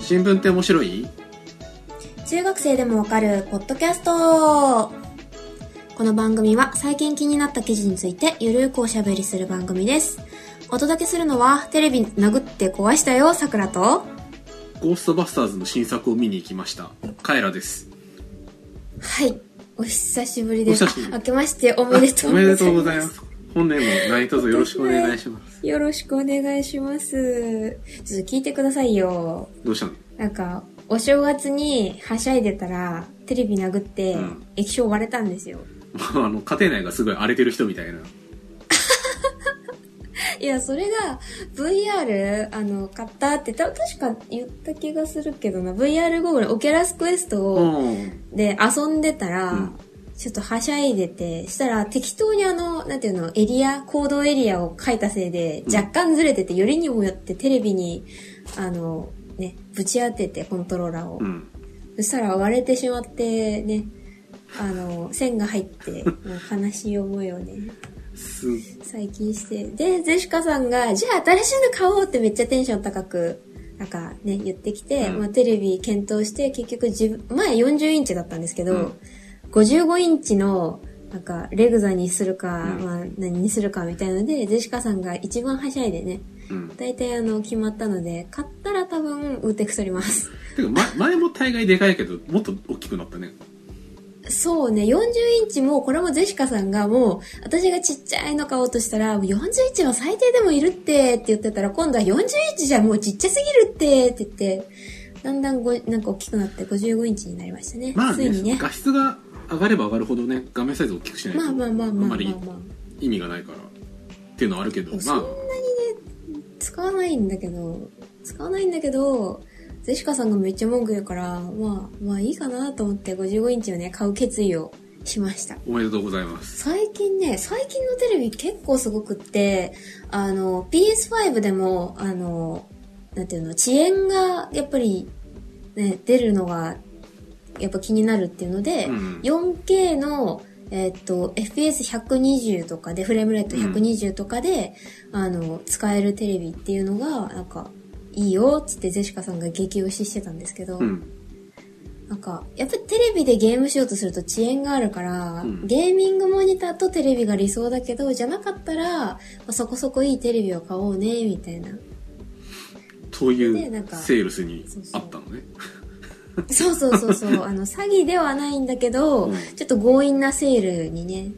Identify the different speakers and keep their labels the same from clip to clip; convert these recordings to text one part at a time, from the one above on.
Speaker 1: 新聞って面白い
Speaker 2: 中学生でもわかるポッドキャストこの番組は最近気になった記事についてゆるーくおしゃべりする番組です。お届けするのはテレビ殴って壊したよ、さくらと。
Speaker 1: ゴーストバスターズの新作を見に行きました。カエラです。
Speaker 2: はい。お久しぶりです。
Speaker 1: お久しぶり
Speaker 2: 明けましておめでと
Speaker 1: あ
Speaker 2: う
Speaker 1: お
Speaker 2: ござ
Speaker 1: め
Speaker 2: いま。
Speaker 1: ですとうございます。本年も何卒よろしくお願いします。
Speaker 2: よろしくお願いします。ちょっと聞いてくださいよ。
Speaker 1: どうしたの
Speaker 2: なんか、お正月にはしゃいでたら、テレビ殴って
Speaker 1: うん、
Speaker 2: 液晶割れたんですよ。
Speaker 1: もうあの、家庭内がすごい荒れてる人みたいな。
Speaker 2: いや、それが、VR、あの、買ったって、た確か言った気がするけどな、VR ゴーグル、オキャラスクエストを、
Speaker 1: うん。
Speaker 2: で、遊んでたら、
Speaker 1: うん
Speaker 2: ちょっとはしゃいでて、したら適当にあの、なんていうの、エリア、行動エリアを書いたせいで、
Speaker 1: うん
Speaker 2: 若干ずれてて、よりにもよってテレビに、あの、ね、ぶち当てて、コントローラーを。
Speaker 1: うん。
Speaker 2: そしたら割れてしまって、ね、あの、線が入って、もう悲しい思いをね、
Speaker 1: す、
Speaker 2: 最近して。で、ゼシカさんが、じゃあ新しいの買おうってめっちゃテンション高く、なんかね、言ってきて、
Speaker 1: うん
Speaker 2: まあテレビ検討して、結局自分、前40インチだったんですけど、
Speaker 1: うん
Speaker 2: 55インチの、なんか、レグザにするか、
Speaker 1: うん
Speaker 2: まあ何にするかみたいので、ゼシカさんが一番はしゃいでね、
Speaker 1: うん。
Speaker 2: 大体あの、決まったので、買ったら多分、打ってくそります。
Speaker 1: てか、ま、前も大概でかいけど、もっと大きくなったね。
Speaker 2: そうね、40インチも、これもゼシカさんがもう、私がちっちゃいの買おうとしたら、もう40インチは最低でもいるって、って言ってたら、今度は40インチじゃもうちっちゃすぎるって、って言って、だんだんご、なんか大きくなって55インチになりましたね。
Speaker 1: まあ
Speaker 2: ついに
Speaker 1: ね、
Speaker 2: ね。
Speaker 1: 画質が上がれば上がるほどね、画面サイズ大きくしないと。
Speaker 2: まあまあまあまあ
Speaker 1: ん
Speaker 2: ま
Speaker 1: ま
Speaker 2: あ
Speaker 1: り
Speaker 2: まあ、
Speaker 1: 意味がないから。っていうのはあるけど、
Speaker 2: そ
Speaker 1: ま
Speaker 2: ん
Speaker 1: あ
Speaker 2: な、使わないんだけど、使わないんだけど、ゼシカさんがめっちゃ文句言うから、まあ、まあいいかなと思って55インチをね、買う決意をしました。
Speaker 1: おめでとうございます。
Speaker 2: 最近ね、最近のテレビ結構すごくって、あの、PS5 でも、あの、なんていうの、遅延が、やっぱり、ね、出るのが、やっぱ気になるっていうので、
Speaker 1: うん。
Speaker 2: 4K の、えっと、FPS120 とかで、フレームレート120とかで、あの、使えるテレビっていうのが、なんか、いいよ、つってゼシカさんが激推ししてたんですけど、
Speaker 1: うん。
Speaker 2: なんか、やっぱりテレビでゲームしようとすると遅延があるから、
Speaker 1: うん
Speaker 2: ゲーミングモニターとテレビが理想だけど、じゃなかったら、まあそこそこいいテレビを買おうね、みた いな。
Speaker 1: そうい
Speaker 2: でなん
Speaker 1: う
Speaker 2: か
Speaker 1: セールスにあったのね。
Speaker 2: そうそうそうそう、あの、詐欺ではないんだけど、
Speaker 1: うん
Speaker 2: ちょっと強引なセールにね、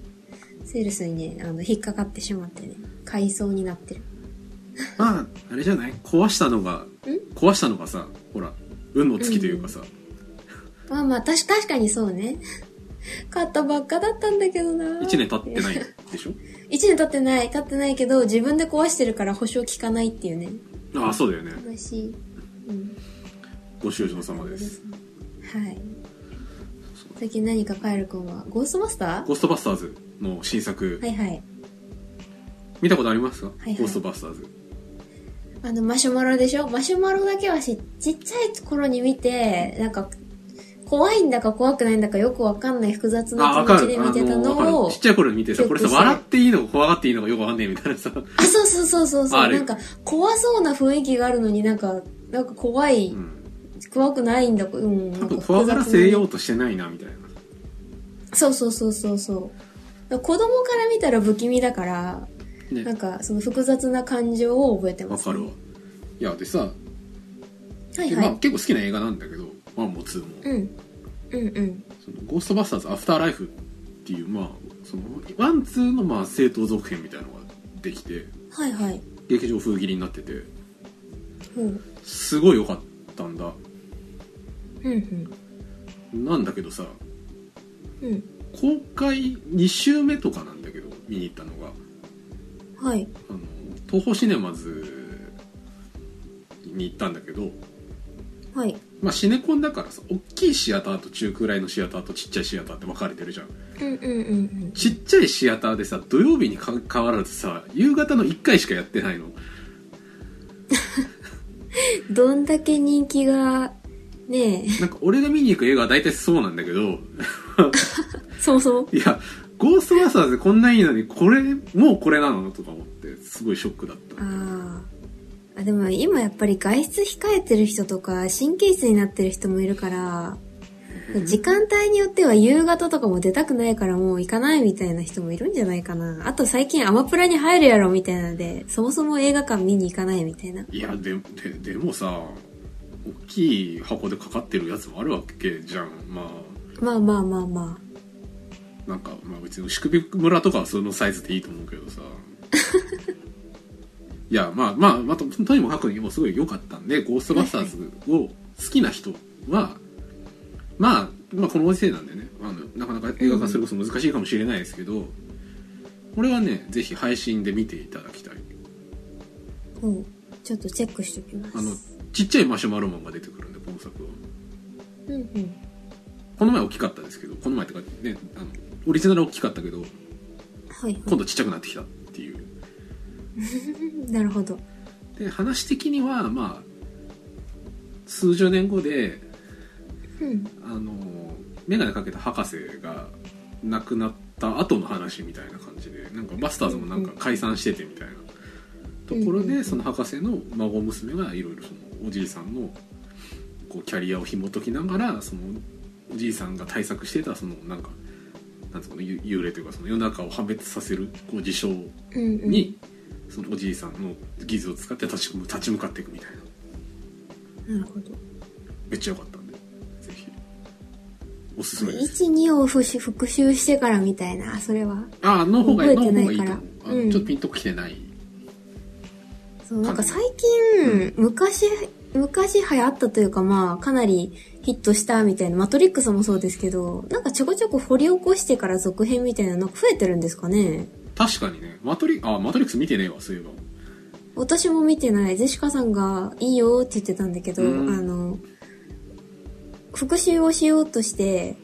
Speaker 2: セールスにね、あの、引っかかってしまってね、買いそうになってる。
Speaker 1: まあ、あれじゃない壊したのが、壊したのがさ、ほら、運の尽きというかさ、
Speaker 2: まあまあ、たし、確かにそうね。買ったばっかだったんだけどな
Speaker 1: 1年経ってないでしょ
Speaker 2: 一年経ってない、経ってないけど、自分で壊してるから保証効かないっていうね。
Speaker 1: ああ、そうだよね。
Speaker 2: 悲しい。うん。
Speaker 1: ご愁傷様です。。
Speaker 2: はい。最近何かカエル君は、ゴーストマスター
Speaker 1: ゴーストバスターズの新作、
Speaker 2: はいはい。
Speaker 1: 見たことありますか、
Speaker 2: はい
Speaker 1: ゴーストバスターズ。
Speaker 2: あの、マシュマロでしょマシュマロだけはし、ちっちゃい頃に見て、なんか、怖いんだか怖くないんだかよくわかんない複雑
Speaker 1: あ、
Speaker 2: な
Speaker 1: わ
Speaker 2: 気持
Speaker 1: か
Speaker 2: ち
Speaker 1: る
Speaker 2: で。
Speaker 1: あ
Speaker 2: 見て
Speaker 1: の、
Speaker 2: た
Speaker 1: わ
Speaker 2: の
Speaker 1: か
Speaker 2: を
Speaker 1: る。ちっ、ちゃい頃に見てさ、
Speaker 2: 記
Speaker 1: こ
Speaker 2: 憶
Speaker 1: れ
Speaker 2: して
Speaker 1: さ、笑っていいのか怖がっていいのかよくわかんねえみたいなさ、
Speaker 2: あ、そうそうそうそう
Speaker 1: あ
Speaker 2: そう、
Speaker 1: あれ
Speaker 2: なんか、怖そうな雰囲気があるのになんか、なんか怖い、
Speaker 1: うん。
Speaker 2: 怖くないんだ、うん、な
Speaker 1: 多
Speaker 2: んか
Speaker 1: 分
Speaker 2: 複雑な
Speaker 1: 怖がらせようとしてないな、みたいな。
Speaker 2: そうそうそうそうそう。だから子供から見たら不気味だから、
Speaker 1: ね
Speaker 2: なんか、その複雑な感情を覚えてま
Speaker 1: わ
Speaker 2: す、
Speaker 1: かるわ。いや、でさ、
Speaker 2: はいは
Speaker 1: まあ
Speaker 2: い。
Speaker 1: 結構好きな映画なんだけど、ワンもツーも。
Speaker 2: うん。うんうん。
Speaker 1: そのゴーストバスターズアフターライフっていうまあそのワンツーのまあ正当続編みたいなのができて
Speaker 2: はいはい。
Speaker 1: 劇場風切りになってて
Speaker 2: うん。
Speaker 1: すごい良かったんだ
Speaker 2: うん
Speaker 1: なんだけどさ
Speaker 2: うん。うん。
Speaker 1: 公開2週目とかなんだけど見に行ったのが
Speaker 2: はい。
Speaker 1: あの東宝シネマズに行ったんだけど、
Speaker 2: はい。
Speaker 1: まあ、シネコンだからさ大きいシアターと中くらいのシアターとちっちゃいシアターって分かれてるじゃん
Speaker 2: うんうんうんうん。
Speaker 1: ちっちゃいシアターでさ土曜日にか変わらずさ夕方の1回しかやってないの
Speaker 2: どんだけ人気が、ね
Speaker 1: なんか俺が見に行く映画は大体そうなんだけど、
Speaker 2: え、そもそも。
Speaker 1: いや、ゴーストバスターズこんないいのに、これ、もうこれなのとか思って、すごいショックだった。
Speaker 2: ああ。あでも今やっぱり外出控えてる人とか神経質になってる人もいるから、時間帯によっては夕方とかも出たくないからもう行かないみたいな人もいるんじゃないかな。あと最近アマプラに入るやろみたいなので、そもそも映画館見に行かないみたいな。
Speaker 1: いやでででもさ大きい箱でかかってるやつもあるわけじゃんまあ
Speaker 2: まあまあまあま
Speaker 1: なんか、まあ、別に牛首村とかはそのサイズでいいと思うけどさいやまあまあまあととにもかくにもすごい良かったんで「ゴーストバスターズ」を好きな人は、まあ、まあこのご時世なんでねあのなかなか映画化それこそ難しいかもしれないですけど、これはねぜひ配信で見ていただきたい
Speaker 2: あ。うん。ちょっとチェックしておきます。
Speaker 1: あのちっちゃいマシュマロマンが出てくるんで今作は
Speaker 2: うんうん。
Speaker 1: この前大きかったですけどこの前ってかねあのオリジナル大きかったけど
Speaker 2: はいは
Speaker 1: 今度ちっちゃくなってきたっていう
Speaker 2: い。なるほど。
Speaker 1: で話的にはまあ数十年後で
Speaker 2: うん。
Speaker 1: あの眼鏡かけた博士が亡くなった後の話みたいな感じでなんかバスターズもなんか解散しててみたいなところ
Speaker 2: うんうんう
Speaker 1: で
Speaker 2: ん
Speaker 1: その博士の孫娘がいろいろそのおじいさんのこうキャリアを紐解きながらそのおじいさんが対策してたそのなんかなんつうのかな幽幽霊というかその夜中を破滅させるこう事象
Speaker 2: うんうん。
Speaker 1: にそのおじいさんの技術を使って立ち立ち向かっていくみたいな
Speaker 2: なるほど。
Speaker 1: めっちゃ良かったんでぜひおすすめです
Speaker 2: 1、2を復習復習してからみたいな、それは。
Speaker 1: ああの方がいいの
Speaker 2: 覚
Speaker 1: 方
Speaker 2: えてない
Speaker 1: がいいと思うあの
Speaker 2: うん
Speaker 1: ちょっとピンときてない
Speaker 2: そう、なんか最近、昔、昔流行ったというかまあ、かなりヒットしたみたいな、マトリックスもそうですけど、なんかちょこちょこ掘り起こしてから続編みたいな、なんか増えてるんですかね
Speaker 1: 確かにねマトリあマトリックス見てねえわそういえば
Speaker 2: 私も見てない。ジェシカさんがいいよって言ってたんだけど、
Speaker 1: うん
Speaker 2: あの、復習をしようとして、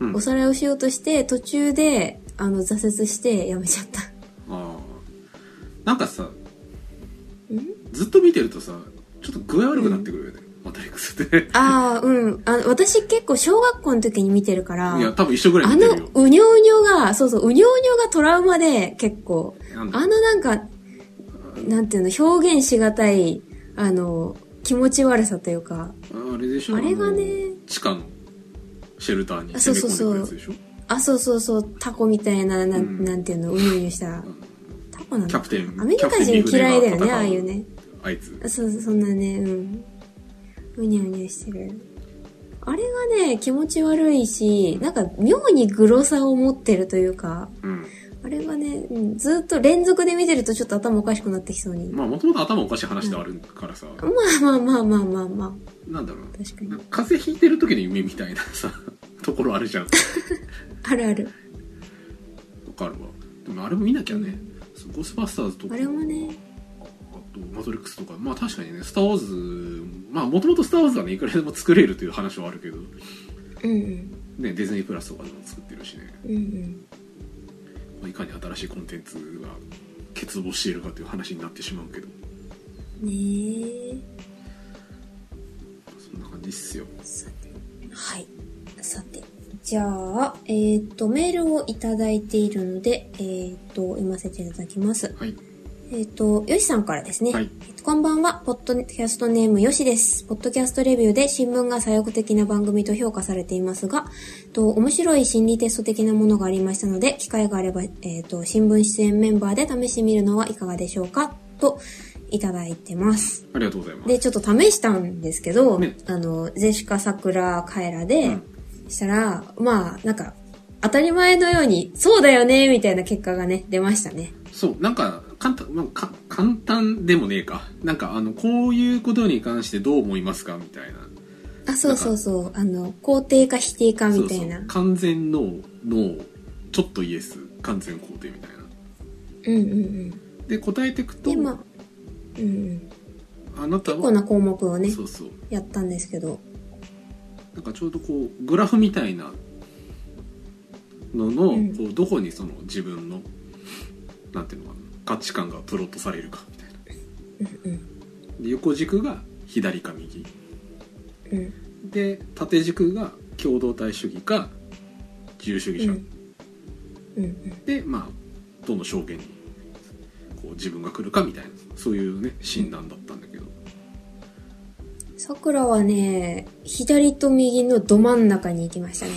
Speaker 1: うん
Speaker 2: おさらいをしようとして、途中で、あの、挫折してやめちゃった。
Speaker 1: あーなんかさ
Speaker 2: ん
Speaker 1: ずっと見てるとさちょっと具合悪くなってくるよね、マトリックスって
Speaker 2: ああ、うん。あの私結構小学校の時に見てるから、
Speaker 1: いや多分一緒ぐらい
Speaker 2: あ
Speaker 1: 見てる
Speaker 2: の
Speaker 1: よ、
Speaker 2: うにょうにょが、そうそう、うにょうにょがトラウマで、結構。
Speaker 1: あの
Speaker 2: あのなんか、なんていうの、表現しがたい、あの、気持ち悪さというか、
Speaker 1: あれでしょ
Speaker 2: あれがね
Speaker 1: の地下のシェルターに攻め込んでくるやつでしょ
Speaker 2: あ、そうそうそう、タコみたいな、な
Speaker 1: うん
Speaker 2: んなんていうの、うにょうにょした
Speaker 1: ん。
Speaker 2: タコなん
Speaker 1: キャ
Speaker 2: だ
Speaker 1: プ。テン
Speaker 2: アメリカ人嫌
Speaker 1: キャ
Speaker 2: いだよ
Speaker 1: プテンリフレが戦
Speaker 2: ね、ああいうね。
Speaker 1: あいつ
Speaker 2: そう、そんなね、うん。うにゃうにゃしてる。あれがね、気持ち悪いし、なんか妙にグロさを持ってるというか、
Speaker 1: うん
Speaker 2: あれがね、うんずっと連続で見てるとちょっと頭おかしくなってきそうに。ま
Speaker 1: まあもともと頭おかしい話ではあるからさ、
Speaker 2: あまあまあまあまあま
Speaker 1: なんだろう
Speaker 2: あ、確か
Speaker 1: な
Speaker 2: に。
Speaker 1: 風邪ひいてる時の夢みたいなさ ところあるじゃんわ
Speaker 2: あるある。
Speaker 1: かるわでもあれも見なきゃね、ゴーストバスターズとか
Speaker 2: あれもね、
Speaker 1: あとマトリックスとかまあ確かにね「スター・ウォーズ」まあもともと「スター・ウォーズ」はねいくらでも作れるという話はあるけど、
Speaker 2: うんうん。
Speaker 1: ね、ディズニープラスとかでも作ってるしね
Speaker 2: うんうん。
Speaker 1: まあいかに新しいコンテンツが欠乏しているかという話になってしまうけど
Speaker 2: ね
Speaker 1: そんな感じっすよ
Speaker 2: え。さて。はい。さて。じゃあ、えっ、と、メールをいただいているので、えっ、と、読ませていただきます。
Speaker 1: はい
Speaker 2: えっ、と、よしさんからですね。
Speaker 1: はい
Speaker 2: えっとこんばんは、ポッドキャストネームよしです。ポッドキャストレビューで新聞が左翼的な番組と評価されていますが、えっと面白い心理テスト的なものがありましたので、機会があれば、えっ、と、新聞出演メンバーで試してみるのはいかがでしょうかと、いただいてます。
Speaker 1: ありがとうございます
Speaker 2: で、ちょっと試したんですけど、
Speaker 1: ね
Speaker 2: あの、ゼシカ、サクラ、カエラ
Speaker 1: う
Speaker 2: で
Speaker 1: ん、
Speaker 2: したら、まあ、なんか、当たり前のように、そうだよね、みたいな結果がね、出ましたね。
Speaker 1: そうなんか簡単、まあ、か簡単でもねえかなんかあのこういうことに関してどう思いますかみたいな
Speaker 2: あ、そうそうそう。あの、肯定か否定かみたいな。
Speaker 1: そううそう完全ノーノーちょっとイエス完全肯定みたいなん
Speaker 2: うんうん。
Speaker 1: で答えていくと
Speaker 2: で、まあ、うんうん。
Speaker 1: あなた
Speaker 2: 結構
Speaker 1: は
Speaker 2: な項目をね
Speaker 1: そ、うそう
Speaker 2: やったんですけど。
Speaker 1: なんかちょうどこうグラフみたいなのの、
Speaker 2: うん
Speaker 1: こうどこにその自分のなんていうのかな価値観がプロットされるかみたいな
Speaker 2: うんうん。
Speaker 1: で横軸が左か右
Speaker 2: うん
Speaker 1: で縦軸が共同体主義か自由主義
Speaker 2: う
Speaker 1: 者、
Speaker 2: ん。うんうん。
Speaker 1: でまあどの証言にこう自分が来るかみたいなそういうね診断だったんだけど、
Speaker 2: 桜はね、左と右のど真ん中に行きましたね。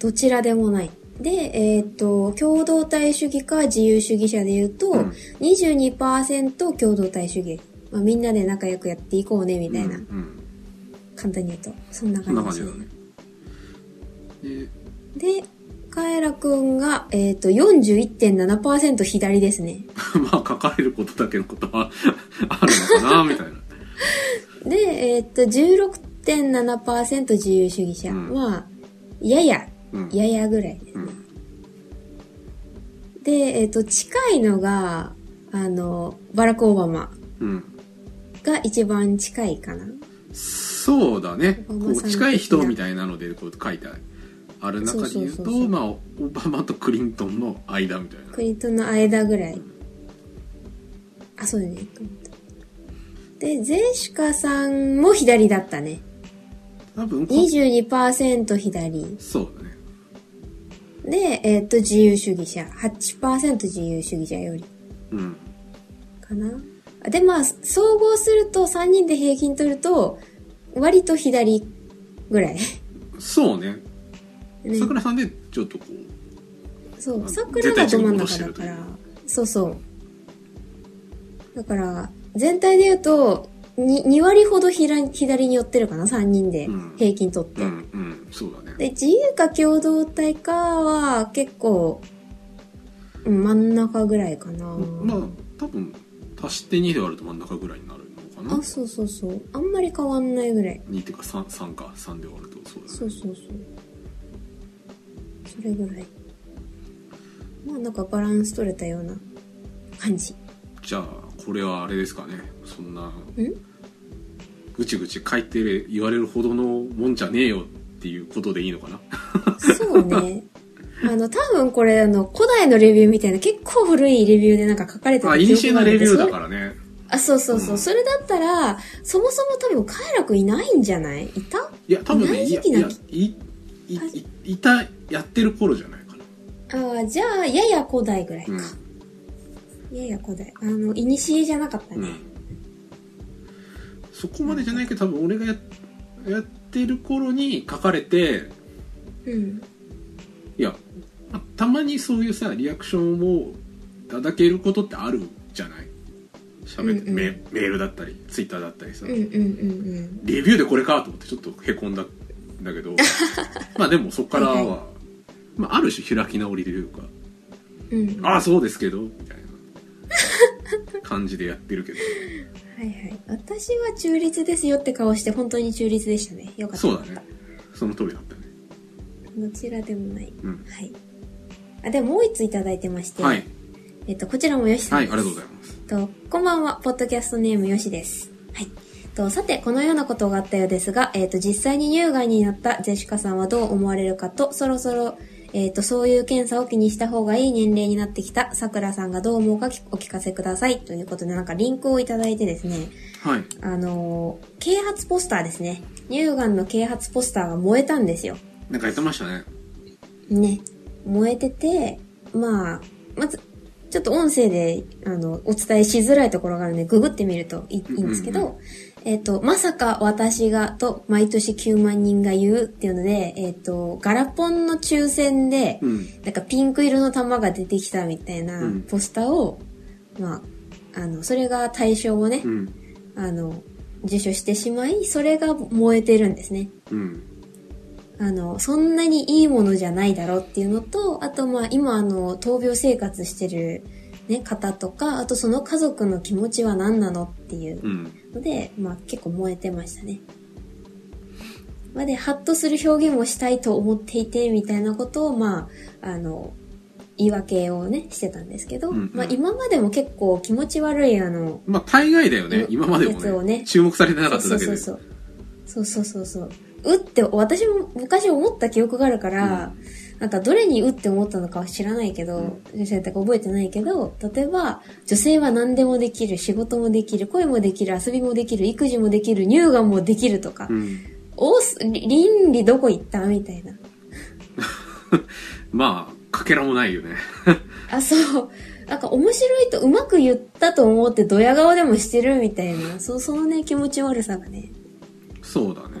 Speaker 2: どちらでもない。で、えーっと、共同体主義か自由主義者で言うと、
Speaker 1: うん
Speaker 2: 22%共同体主義。まあ、みんなで仲良くやっていこうね、みたいな。
Speaker 1: うんうん、
Speaker 2: 簡単に言うと。そんな
Speaker 1: そんな
Speaker 2: 感
Speaker 1: 感
Speaker 2: じ
Speaker 1: じ
Speaker 2: で
Speaker 1: だ
Speaker 2: す
Speaker 1: ねで
Speaker 2: で、カエラくんが、えーっと、41.7%左ですね。
Speaker 1: まあ書かれることだけのことは あるのかなみたいな
Speaker 2: で、えーっと、16.7%自由主義者
Speaker 1: うん
Speaker 2: は、やや、
Speaker 1: うん
Speaker 2: ややぐらいです
Speaker 1: う
Speaker 2: ね。
Speaker 1: ん
Speaker 2: で、えーっと、近いのが、あの、バラク・オバマ
Speaker 1: うん
Speaker 2: が一番近いかな。
Speaker 1: そうだね
Speaker 2: お
Speaker 1: こ
Speaker 2: ば
Speaker 1: う
Speaker 2: さん
Speaker 1: 近い人みたいなのでこう書いてある中で言う
Speaker 2: そうそう
Speaker 1: と
Speaker 2: そうそう
Speaker 1: まあオバマとクリントンの間みたいな
Speaker 2: クリントンの間ぐらい。あ、そうだね。と思ったで、ゼシカさんも左だったね。
Speaker 1: 多分こ
Speaker 2: 22%左。
Speaker 1: そうだね
Speaker 2: で、えーっと、自由主義者。8%自由主義者より。
Speaker 1: うん
Speaker 2: かな。あで、まあ、総合すると、3人で平均取ると、割と左ぐらい。
Speaker 1: そうね
Speaker 2: ね、
Speaker 1: 桜さんでちょっとこう
Speaker 2: そう、
Speaker 1: あ
Speaker 2: 桜がど真
Speaker 1: 絶
Speaker 2: ん中
Speaker 1: 対一緒に戻して
Speaker 2: だ
Speaker 1: ると
Speaker 2: か
Speaker 1: いう
Speaker 2: ら、そうそう。だから、全体で言うと、に 2, 割ほどひら左に寄ってるかな、3人で
Speaker 1: うん
Speaker 2: 平均取って。
Speaker 1: うんうんそうだね
Speaker 2: で、自由か共同体かは、結構、うん真ん中ぐらいかな。
Speaker 1: まあ多分足して2で割ると真ん中ぐらいになるのか
Speaker 2: あ、
Speaker 1: な
Speaker 2: そうそうそう。あんまり変わんないぐらい。
Speaker 1: 2っていうか 3, 3か3で割るとそうだね
Speaker 2: そうそうそう。それぐらい。まあなんかバランス取れたような感じ。
Speaker 1: じゃあこれはあれですかねそんなんぐちぐち書いて言われるほどのもんじゃねえよっていうことでいいのかな
Speaker 2: そうね。 あの、多分これあの、古代のレビューみたいな結構古いレビューでなんか書かれて
Speaker 1: あ
Speaker 2: た
Speaker 1: イニシエのレビューだ
Speaker 2: ら。
Speaker 1: からね
Speaker 2: あ、そうそうそう。
Speaker 1: うん
Speaker 2: それだったら、そもそも多分カエラくんいないんじゃないいた
Speaker 1: いや多分ね
Speaker 2: 同
Speaker 1: い
Speaker 2: じ
Speaker 1: やい
Speaker 2: 時期
Speaker 1: や
Speaker 2: だ
Speaker 1: いいいいいたやってる頃じゃないかな
Speaker 2: ああ、じゃあ、やや古代ぐらいか。
Speaker 1: うん
Speaker 2: やや古代。あの、イニシエじゃなかった
Speaker 1: う
Speaker 2: ね。
Speaker 1: んそこまでじゃないけど多分俺がややってる頃に書かれて
Speaker 2: うん。
Speaker 1: いやまあたまにそういうさリアクションをいただけることってあるじゃない喋って、
Speaker 2: うんうん
Speaker 1: メメールだったりツイッターだったりさ、
Speaker 2: うんうんうんうん。
Speaker 1: レビューでこれかと思ってちょっとへこんだんだけ どまあでもそこからは
Speaker 2: はいは
Speaker 1: まあ、ある種開き直りというか
Speaker 2: うん。
Speaker 1: ああそうですけどみたいな感じでやってるけ ど
Speaker 2: はいはい。私は中立ですよって顔して本当に中立でしたね。よかった。
Speaker 1: そうだねその通りだったね
Speaker 2: どちらでもない。
Speaker 1: うん
Speaker 2: はい。あ、でももう一ついただいてまして。
Speaker 1: はい
Speaker 2: えっと、こちらもよしさ
Speaker 1: は
Speaker 2: ん
Speaker 1: いあ
Speaker 2: で
Speaker 1: り
Speaker 2: す。
Speaker 1: がとうございます
Speaker 2: と、こんばんは、ポッドキャストネームよしです。はい。と、さて、このようなことがあったようですが、えっ、と、実際に乳がんになったジェシカさんはどう思われるかと、そろそろ、えっ、と、そういう検査を気にした方がいい年齢になってきたさくらさんがどう思うかきお聞かせください。ということで、なんかリンクをいただいてですね、
Speaker 1: はい
Speaker 2: あのー啓発ポスターですね。乳がんの啓発ポスターが燃えたんですよ。
Speaker 1: なんかやってましたね
Speaker 2: ね。燃えてて、まあ、まず、ちょっと音声で、あの、お伝えしづらいところがあるので、ググってみるといいいいんですけど、
Speaker 1: うんう
Speaker 2: えっ、と、まさか私がと、毎年9万人が言うっていうので、えっ、と、ガラポンの抽選で、
Speaker 1: うん
Speaker 2: なんかピンク色の玉が出てきたみたいな
Speaker 1: うん
Speaker 2: ポスターを、まあ、あの、それが対象をね、
Speaker 1: うん
Speaker 2: あの、受賞してしまい、それが燃えてるんですね。
Speaker 1: うん
Speaker 2: あの、そんなにいいものじゃないだろうっていうのと、あとまあ今あの、闘病生活してるね、方とか、あとその家族の気持ちは何なのっていう
Speaker 1: うん
Speaker 2: ので、まあ結構燃えてましたね。まあで、ハッとする表現をしたいと思っていて、みたいなことを、まあ、あの、言い訳をね、してたんですけど、
Speaker 1: うんうん
Speaker 2: まあ今までも結構気持ち悪いあの、
Speaker 1: まあ大概だよね
Speaker 2: うん
Speaker 1: 今まで
Speaker 2: やつを
Speaker 1: もね
Speaker 2: ね
Speaker 1: 注目されてなかっただけ
Speaker 2: そう
Speaker 1: で
Speaker 2: そうそうそうそうそうそううって私も昔思った記憶があるから、なんかどれにうって思ったのかは知らないけど、先生覚えてないけど例えば女性は何でもできる仕事もできる恋もできる遊びもできる育児もできる乳がんもできるとか、
Speaker 1: うん
Speaker 2: おす倫理どこ行ったみたいな
Speaker 1: まあかけらもないよね
Speaker 2: あそうなんか面白いとうまく言ったと思ってドヤ顔でもしてるみたいなそそのね気持ち悪さがね
Speaker 1: そうだね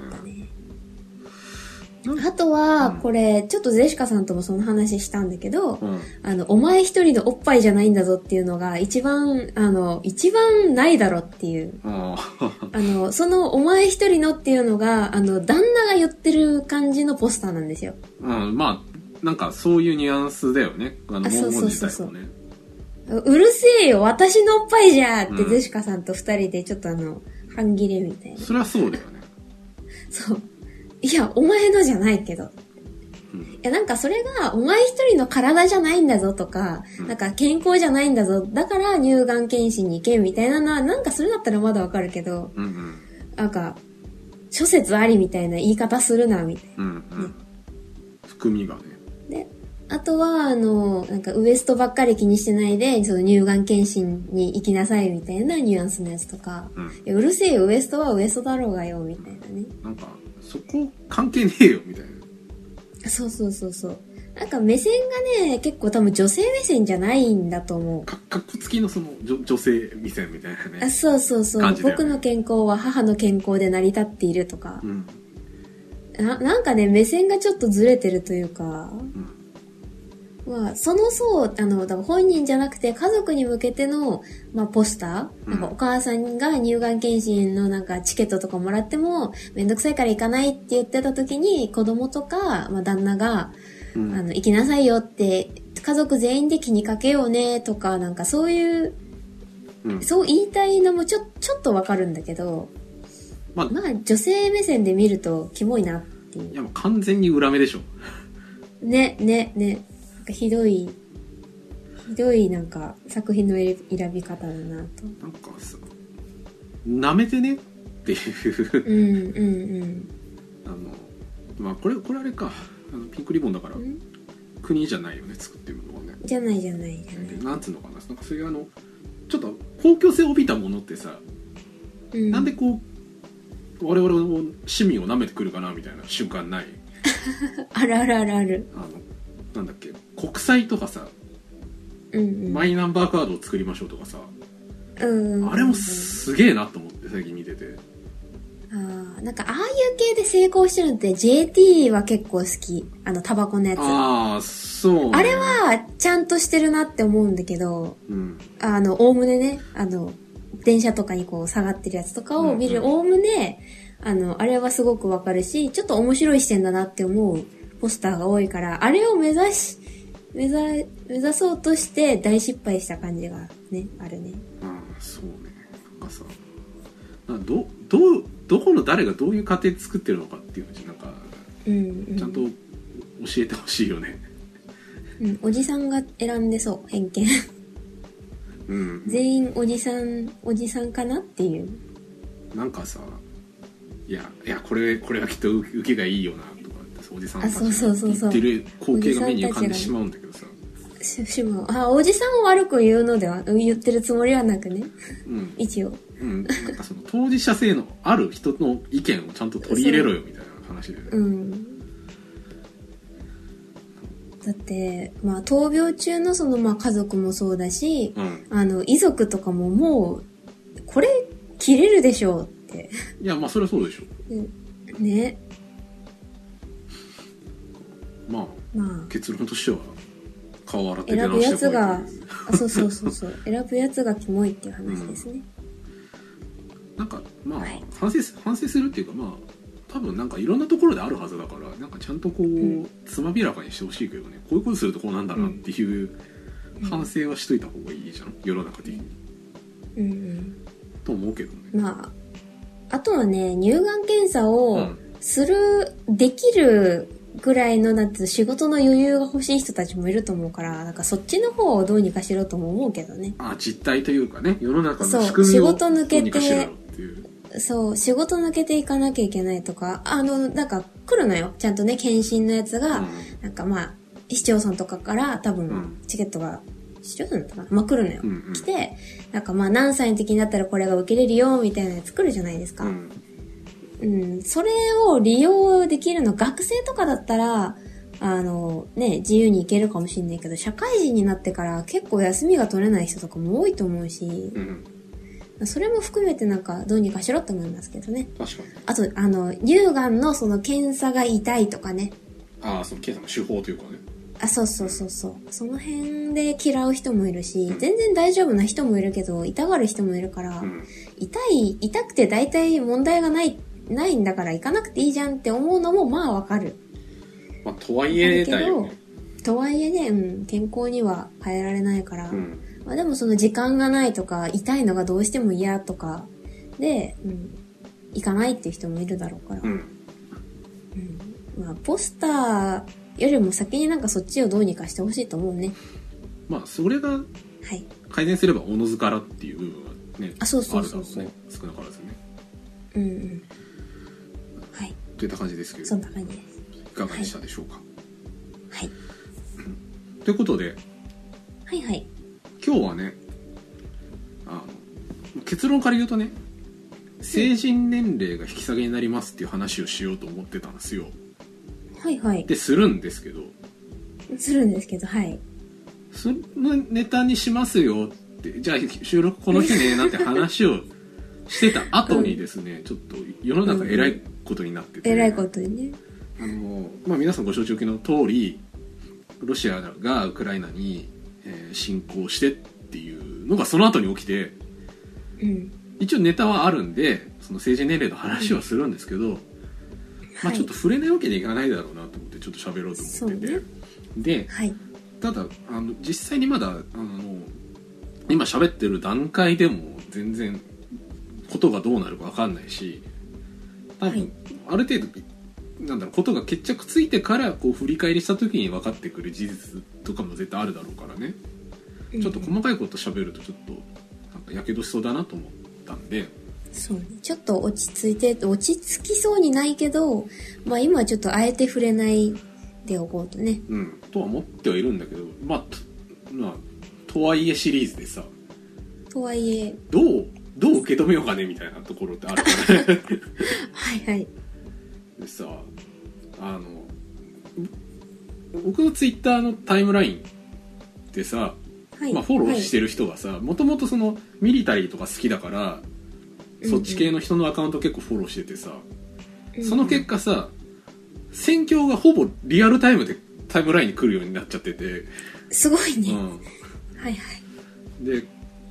Speaker 2: あとは、これ、ちょっとゼシカさんともその話したんだけど、
Speaker 1: うん
Speaker 2: あの、お前一人のおっぱいじゃないんだぞっていうのが、一番、あの、一番ないだろっていう。
Speaker 1: ああ
Speaker 2: あの、その、お前一人のっていうのが、あの、旦那が寄ってる感じのポスターなんですよ。
Speaker 1: うんまあなんかそういうニュアンスだよねあの
Speaker 2: あ
Speaker 1: 文
Speaker 2: そう
Speaker 1: 言
Speaker 2: そう
Speaker 1: 自
Speaker 2: そう
Speaker 1: 体
Speaker 2: そう
Speaker 1: もね
Speaker 2: うるせえよ、私のおっぱいじゃって、
Speaker 1: うん
Speaker 2: ゼシカさんと二人でちょっとあの、半切れみたいな。
Speaker 1: それはそうだよね
Speaker 2: そう。いや、お前のじゃないけど。
Speaker 1: うん
Speaker 2: いや、なんかそれが、お前一人の体じゃないんだぞとか、
Speaker 1: うん
Speaker 2: なんか健康じゃないんだぞ、だから乳がん検診に行けみたいなのは、なんかそれだったらまだわかるけど、
Speaker 1: うんうん
Speaker 2: なんか、諸説ありみたいな言い方するな、みたい
Speaker 1: うんうん含みがね
Speaker 2: な。で、あとは、あの、なんかウエストばっかり気にしてないで、その乳がん検診に行きなさいみたいなニュアンスのやつとか、
Speaker 1: うん
Speaker 2: いやうるせえよ、ウエストはウエストだろうがよ、みたいなね。
Speaker 1: なんかそこ関係ねえよみたいな
Speaker 2: そうそうそうそう。なんか目線がね、結構多分女性目線じゃないんだと思う。
Speaker 1: かかっこつきのその女女性目線みたいな
Speaker 2: あ
Speaker 1: ね
Speaker 2: そうそうそう、
Speaker 1: 感じだよね
Speaker 2: 僕の健康は母の健康で成り立っているとか
Speaker 1: う、ん
Speaker 2: ななんかね、目線がちょっとずれてるというか、
Speaker 1: うん
Speaker 2: まあ、その層、あの、多分本人じゃなくて家族に向けての、まあ、ポスタ
Speaker 1: う
Speaker 2: ー、
Speaker 1: ん
Speaker 2: なんかお母さんが乳がん検診のなんかチケットとかもらっても、めんどくさいから行かないって言ってた時に、子供とか、まあ、旦那が、
Speaker 1: うん
Speaker 2: あの、行きなさいよって、家族全員で気にかけようねとか、なんかそういう、
Speaker 1: うん
Speaker 2: そう言いたいのもちょ、ちょっとわかるんだけど、
Speaker 1: まあ
Speaker 2: まあ女性目線で見るとキモいなってい。
Speaker 1: いうやもう完全に裏目でしょ
Speaker 2: ね、ね、ね。なんかひどい、ひどいなんか作品の選び選び方だなと。
Speaker 1: なんかさなめてねっていう
Speaker 2: うん、うん、
Speaker 1: あのまあこれこれあれかあのピンクリボンだから
Speaker 2: うん。ん
Speaker 1: 国じゃないよね作ってるのはね
Speaker 2: じゃないじゃないじゃない。
Speaker 1: なんつうのかななんかそういうあのちょっと公共性を帯びたものってさ、
Speaker 2: うん、
Speaker 1: なんでこう我々の市民を舐めてくるかなみたいな瞬間ない
Speaker 2: あるあるあるある。
Speaker 1: あのなんだっけ国債とかさ、
Speaker 2: うん、うん。
Speaker 1: マイナンバーカードを作りましょうとかさ、
Speaker 2: うん。
Speaker 1: あれもすげえなと思って最近見てて
Speaker 2: あーなんか、ああいう系で成功してるのって JT は結構好き。あの、タバコのやつ。あ
Speaker 1: ああそう、ね、
Speaker 2: れは、ちゃんとしてるなって思うんだけど、
Speaker 1: うん
Speaker 2: あの、おおむねね、あの、電車とかにこう下がってるやつとかを見
Speaker 1: う
Speaker 2: る、
Speaker 1: んうん
Speaker 2: おおむね、あの、あれはすごくわかるし、ちょっと面白い視点だなって思うポスターが多いから、あれを目指し、目指、目指そうとして大失敗した感じがね、あるね。
Speaker 1: ああそうねなんかさなんかどどうどこの誰がどういう過程作ってるのかっていうのをなんか
Speaker 2: うん、うん。
Speaker 1: ちゃんと教えてほしいよね
Speaker 2: うん、おじさんが選んでそう、偏見。
Speaker 1: うん
Speaker 2: 全員おじさんおじさんかなっていう
Speaker 1: なんかさいやいやこれこれはきっと受受けがいいよなとかってさおじさんたち
Speaker 2: あそうそうそうそ
Speaker 1: が言
Speaker 2: う
Speaker 1: ってる光景が目に浮かんでしまうんだけどさ
Speaker 2: ししまうあおじさんを悪く言うのでは言ってるつもりはなくね
Speaker 1: うん、
Speaker 2: 一応
Speaker 1: うん、なんかその当事者性のある人の意見をちゃんと取り入れろよみたいな話で、ね
Speaker 2: うんだってまあ闘病中のそのまあ家族もそうだし
Speaker 1: うん、
Speaker 2: あの遺族とかももうこれ切れるでしょうって
Speaker 1: いやまあそれはそうでしょ
Speaker 2: ね
Speaker 1: まあ
Speaker 2: まあ
Speaker 1: 結論としては顔を洗って出
Speaker 2: 選ぶ
Speaker 1: 直
Speaker 2: や
Speaker 1: して
Speaker 2: つ
Speaker 1: こい
Speaker 2: があそうそうそうそう 選ぶやつがキモいっていう話ですね、
Speaker 1: なんかまあ、
Speaker 2: はい
Speaker 1: 反省す反省するっていうかまあ多分なんかいろんなところであるはずだからなんかちゃんとこう、
Speaker 2: ん
Speaker 1: つまびらかにしてほしいけどねこういうことするとこうなんだなっていう
Speaker 2: うん
Speaker 1: 反省はしといた方がいいじゃん、世の中的に
Speaker 2: うんうん
Speaker 1: と思うけどね
Speaker 2: まあ、あとはね、乳がん検査
Speaker 1: う
Speaker 2: を
Speaker 1: ん
Speaker 2: する、できるぐらいの、なんていうの仕事の余裕が欲しい人たちもいると思うから、なんかそっちの方をどうにかしろとも思うけどね。
Speaker 1: あ実態というかね世の中
Speaker 2: そう
Speaker 1: の仕組みを
Speaker 2: 仕事抜
Speaker 1: どう
Speaker 2: けて
Speaker 1: にかしろよっていう
Speaker 2: そう、仕事抜けていかなきゃいけないとか、あの、なんか来るのよ。ちゃんとね、検診のやつが、なんかまあ、市町村とかから多
Speaker 1: う
Speaker 2: 分
Speaker 1: ん、
Speaker 2: チケットが、市町村だったかなまあ来るのよ。
Speaker 1: うんうん
Speaker 2: 来て、なんかまあ何歳の時になったらこれが受けれるよ、みたいなやつ来るじゃないですか。
Speaker 1: うんうん
Speaker 2: うん、それを利用できるの、学生とかだったら、あの、ね、自由に行けるかもしれないけど、社会人になってから結構休みが取れない人とかも多いと思うし、
Speaker 1: うん
Speaker 2: それも含めてなんかどうにかしろって思いますけどね。
Speaker 1: 確かに
Speaker 2: あと、あの、乳がんのその検査が痛いとかね。
Speaker 1: ああそのケイさんの手法というかね
Speaker 2: あ、そうそうそうそう。その辺で嫌う人もいるし、全然大丈夫な人もいるけど、痛がる人もいるから、
Speaker 1: うん
Speaker 2: 痛い、痛くて大体問題がない、ないんだから行かなくていいじゃんって思うのもまあわかる。
Speaker 1: まあとはいえだよね
Speaker 2: とはいえね、うん、健康には変えられないから。
Speaker 1: うん
Speaker 2: まあでもその時間がないとか、痛いのがどうしても嫌とか、で、うん、行かないっていう人もいるだろうから。
Speaker 1: うん
Speaker 2: まあ、ポスターよりも先になんかそっちをどうにかしてほしいと思うね。
Speaker 1: まあそれが
Speaker 2: はい。
Speaker 1: 改善すればおのずからっていう部分はね
Speaker 2: あそうそうそうそ
Speaker 1: あ
Speaker 2: う
Speaker 1: るだろうね少なからずね
Speaker 2: うんうん。はい。
Speaker 1: といった感じですけ
Speaker 2: そ
Speaker 1: どい
Speaker 2: んな感じです。
Speaker 1: かがでしたでしょうか、
Speaker 2: はい。
Speaker 1: ということで
Speaker 2: はいはい。
Speaker 1: 今日はねあの結論から言うとね成人年齢が引き下げになりますっていう話をしようと思ってたんですよ
Speaker 2: はいはい。
Speaker 1: でするんですけど
Speaker 2: するんですけど、はい。
Speaker 1: そのネタにしますよってじゃあ収録この日ねなんて話をしてた後にですね、ちょっと世の中えらいことになってて、
Speaker 2: えらいことにね。
Speaker 1: あの、まあ、皆さんご承知おきの通りロシアがウクライナに、えー侵攻してっていうのがその後に起きて
Speaker 2: うん。
Speaker 1: 一応ネタはあるんでその成人年齢の話はするんですけど、まあ、ちょっと触れないわけにいかないだろうなと思ってちょっと喋ろうと
Speaker 2: そう
Speaker 1: 思ってて、
Speaker 2: ね。
Speaker 1: で
Speaker 2: はい。
Speaker 1: ただあの実際にまだあの今喋ってる段階でも全然ことがどうなるか分かんないし多分、
Speaker 2: はい
Speaker 1: ある程度なんだろうことが決着ついてからこう振り返りした時に分かってくる事実とかも絶対あるだろうからね、ちょっと
Speaker 2: うん
Speaker 1: 細かいこと喋るとちょっとなんかやけどしそうだなと思ったんで
Speaker 2: そうね。ちょっと落ち着いて、落ち着きそうにないけど、まあ今はちょっとあえて触れないでおこうとね。
Speaker 1: うんとは思ってはいるんだけどまあと,、まあ、とはいえシリーズでさ
Speaker 2: とはいえ、
Speaker 1: どうどう受け止めようかねみたいなところってあるからね。
Speaker 2: はいはい。
Speaker 1: でさあの僕のツイッターのタイムラインでさ、
Speaker 2: はい。
Speaker 1: まあ、フォローしてる人がさもともとそのミリタリーとか好きだからそっち系の人のアカウント結構フォローしててさ、
Speaker 2: はい
Speaker 1: その結果さ戦況がほぼリアルタイムでタイムラインに来るようになっちゃってて、
Speaker 2: うんすごいね。
Speaker 1: う
Speaker 2: はいはい。
Speaker 1: ん、で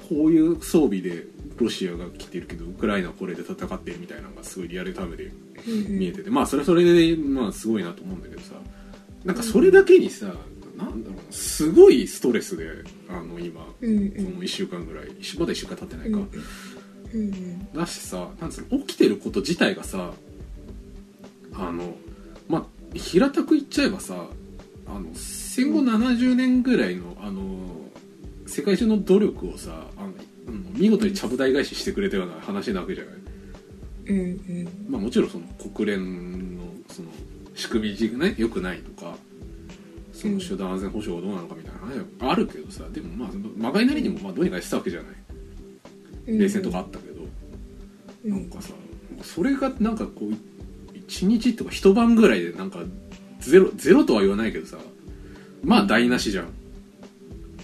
Speaker 1: こういう装備でロシアが来てるけどウクライナはこれで戦ってるみたいなのがすごいリアルタイムで
Speaker 2: うんうん
Speaker 1: 見えてて、まあそれはそれでまあすごいなと思うんだけどさなんかそれだけにさ、なんだろうなすごいストレスであの今こ
Speaker 2: うんうん
Speaker 1: の1週間ぐらい一週まだ1週間経ってないか、
Speaker 2: うんうんうん
Speaker 1: だしさなんつうの起きてること自体がさあのまあ平たく言っちゃえばさあの戦後70年ぐらいのあの世界中の努力をさあのうん見事にちゃぶ台返ししてくれたような話なわけじゃない
Speaker 2: うんうん
Speaker 1: まあ、もちろんその国連のその仕組みがね良くないとかその集団安全保障がどうなのかみたいな話はあるけどさでもまあまがいなりにもまあどうにかしてたわけじゃない
Speaker 2: うん
Speaker 1: 冷戦とかあったけど、
Speaker 2: うん
Speaker 1: なんかさそれがなんかこう一日とか一晩ぐらいでなんかゼロゼロとは言わないけどさまあ台無しじゃん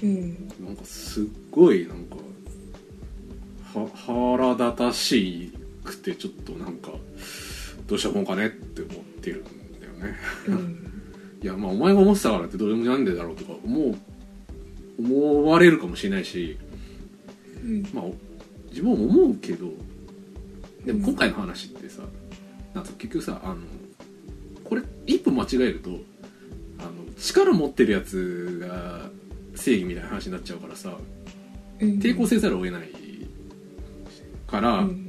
Speaker 2: うん
Speaker 1: なんかすっごいなんかは腹立たしくてちょっとなんかどうしたもんかねって思ってるんだよね
Speaker 2: うん
Speaker 1: いやまあお前が思ってたからってどうでもなんでだろうとか思う思われるかもしれないし
Speaker 2: うん
Speaker 1: まあお自分も思うけどでも今回の話ってさなんか結局さあのこれ一歩間違えるとあの力持ってるやつが正義みたいな話になっちゃうからさ
Speaker 2: うん
Speaker 1: 抵抗せざるを得ないから、
Speaker 2: うん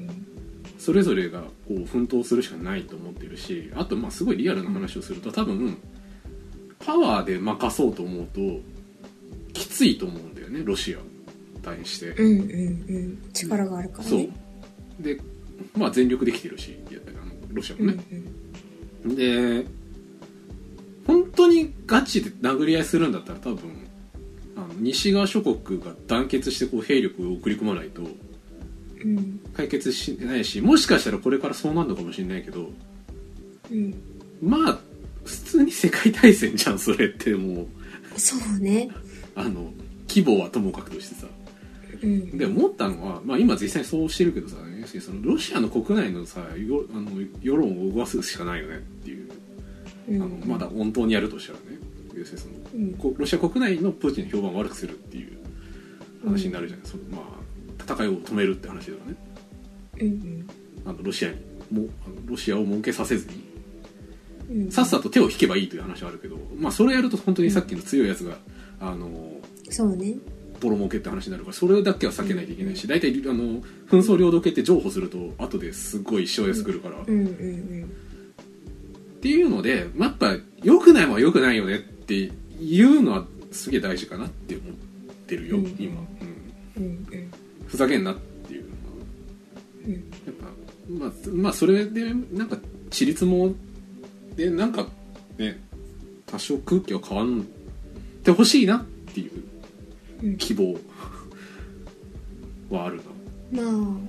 Speaker 1: それぞれがこう奮闘するしかないと思ってるしあとまあすごいリアルな話をすると多分パワーで任そうと思うときついと思うんだよねロシアに対して、
Speaker 2: うんうんうん力があるから
Speaker 1: そう
Speaker 2: ね
Speaker 1: でまあ全力できてるしいやあのロシア
Speaker 2: う
Speaker 1: もね、
Speaker 2: ん
Speaker 1: で本当にガチで殴り合いするんだったら多分あの西側諸国が団結してこう兵力を送り込まないと
Speaker 2: うん
Speaker 1: 解決しないしもしかしたらこれからそうなるのかもしれないけど
Speaker 2: うん
Speaker 1: まあ普通に世界大戦じゃんそれってもう
Speaker 2: そうね
Speaker 1: あの規模はともかくとしてさ
Speaker 2: うん。
Speaker 1: で思ったのは、まあ、今実際そうしてるけどさ要するにそのロシアの国内のさよあの世論を動かすしかないよねっていう
Speaker 2: う
Speaker 1: あ
Speaker 2: ん
Speaker 1: のまだ本当にやるとしたらね要するにその
Speaker 2: うん
Speaker 1: こロシア国内のプーチンの評判を悪くするっていう話になるじゃない、そのまあ、戦いを止めるって話だからね
Speaker 2: うん
Speaker 1: あのロシアにもあのロシアを儲けさせずに
Speaker 2: うん。
Speaker 1: さっさと手を引けばいいという話はあるけど、まあ、それやると本当にさっきの強いやつが、あの
Speaker 2: そうね。
Speaker 1: ボロ儲けって話になるからそれだけは避けないといけないし大体あの紛争領土系って譲歩すると後ですごい一生安くるから、
Speaker 2: うんうん
Speaker 1: っていうので、まあ、やっぱ良くないもんは良くないよねっていうのはすげえ大事かなって思ってるよ、
Speaker 2: うん
Speaker 1: 今、うん、
Speaker 2: うん。うんうん
Speaker 1: ふざけんなっていうのは
Speaker 2: うん。
Speaker 1: やっぱまあ、まあ、それでなんかちりつもでなんかね多少空気は変わんってほしいなっていう
Speaker 2: うん
Speaker 1: 希望はあるな
Speaker 2: ま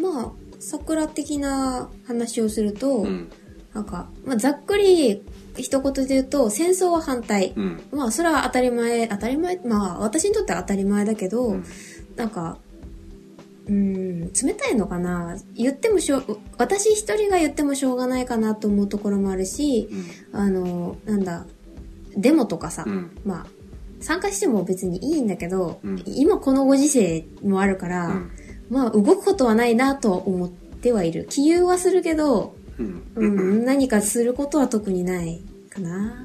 Speaker 2: あ、まあ、桜的な話をすると、
Speaker 1: うん
Speaker 2: なんか、まあ、ざっくり一言で言うと、戦争は反対。
Speaker 1: うん
Speaker 2: まあ、それは当たり前、当たり前、まあ、私にとっては当たり前だけど、
Speaker 1: うん
Speaker 2: なんか、うーん、冷たいのかな言ってもしょう、私一人が言ってもしょうがないかなと思うところもあるし、
Speaker 1: うん
Speaker 2: あの、なんだ、デモとかさ、
Speaker 1: うん
Speaker 2: まあ、参加しても別にいいんだけど、
Speaker 1: うん
Speaker 2: 今このご時世もあるから、
Speaker 1: うん
Speaker 2: まあ、動くことはないなと思ってはいる。気憂はするけど、
Speaker 1: うん
Speaker 2: う
Speaker 1: うん
Speaker 2: ん、何かすることは特にないかな。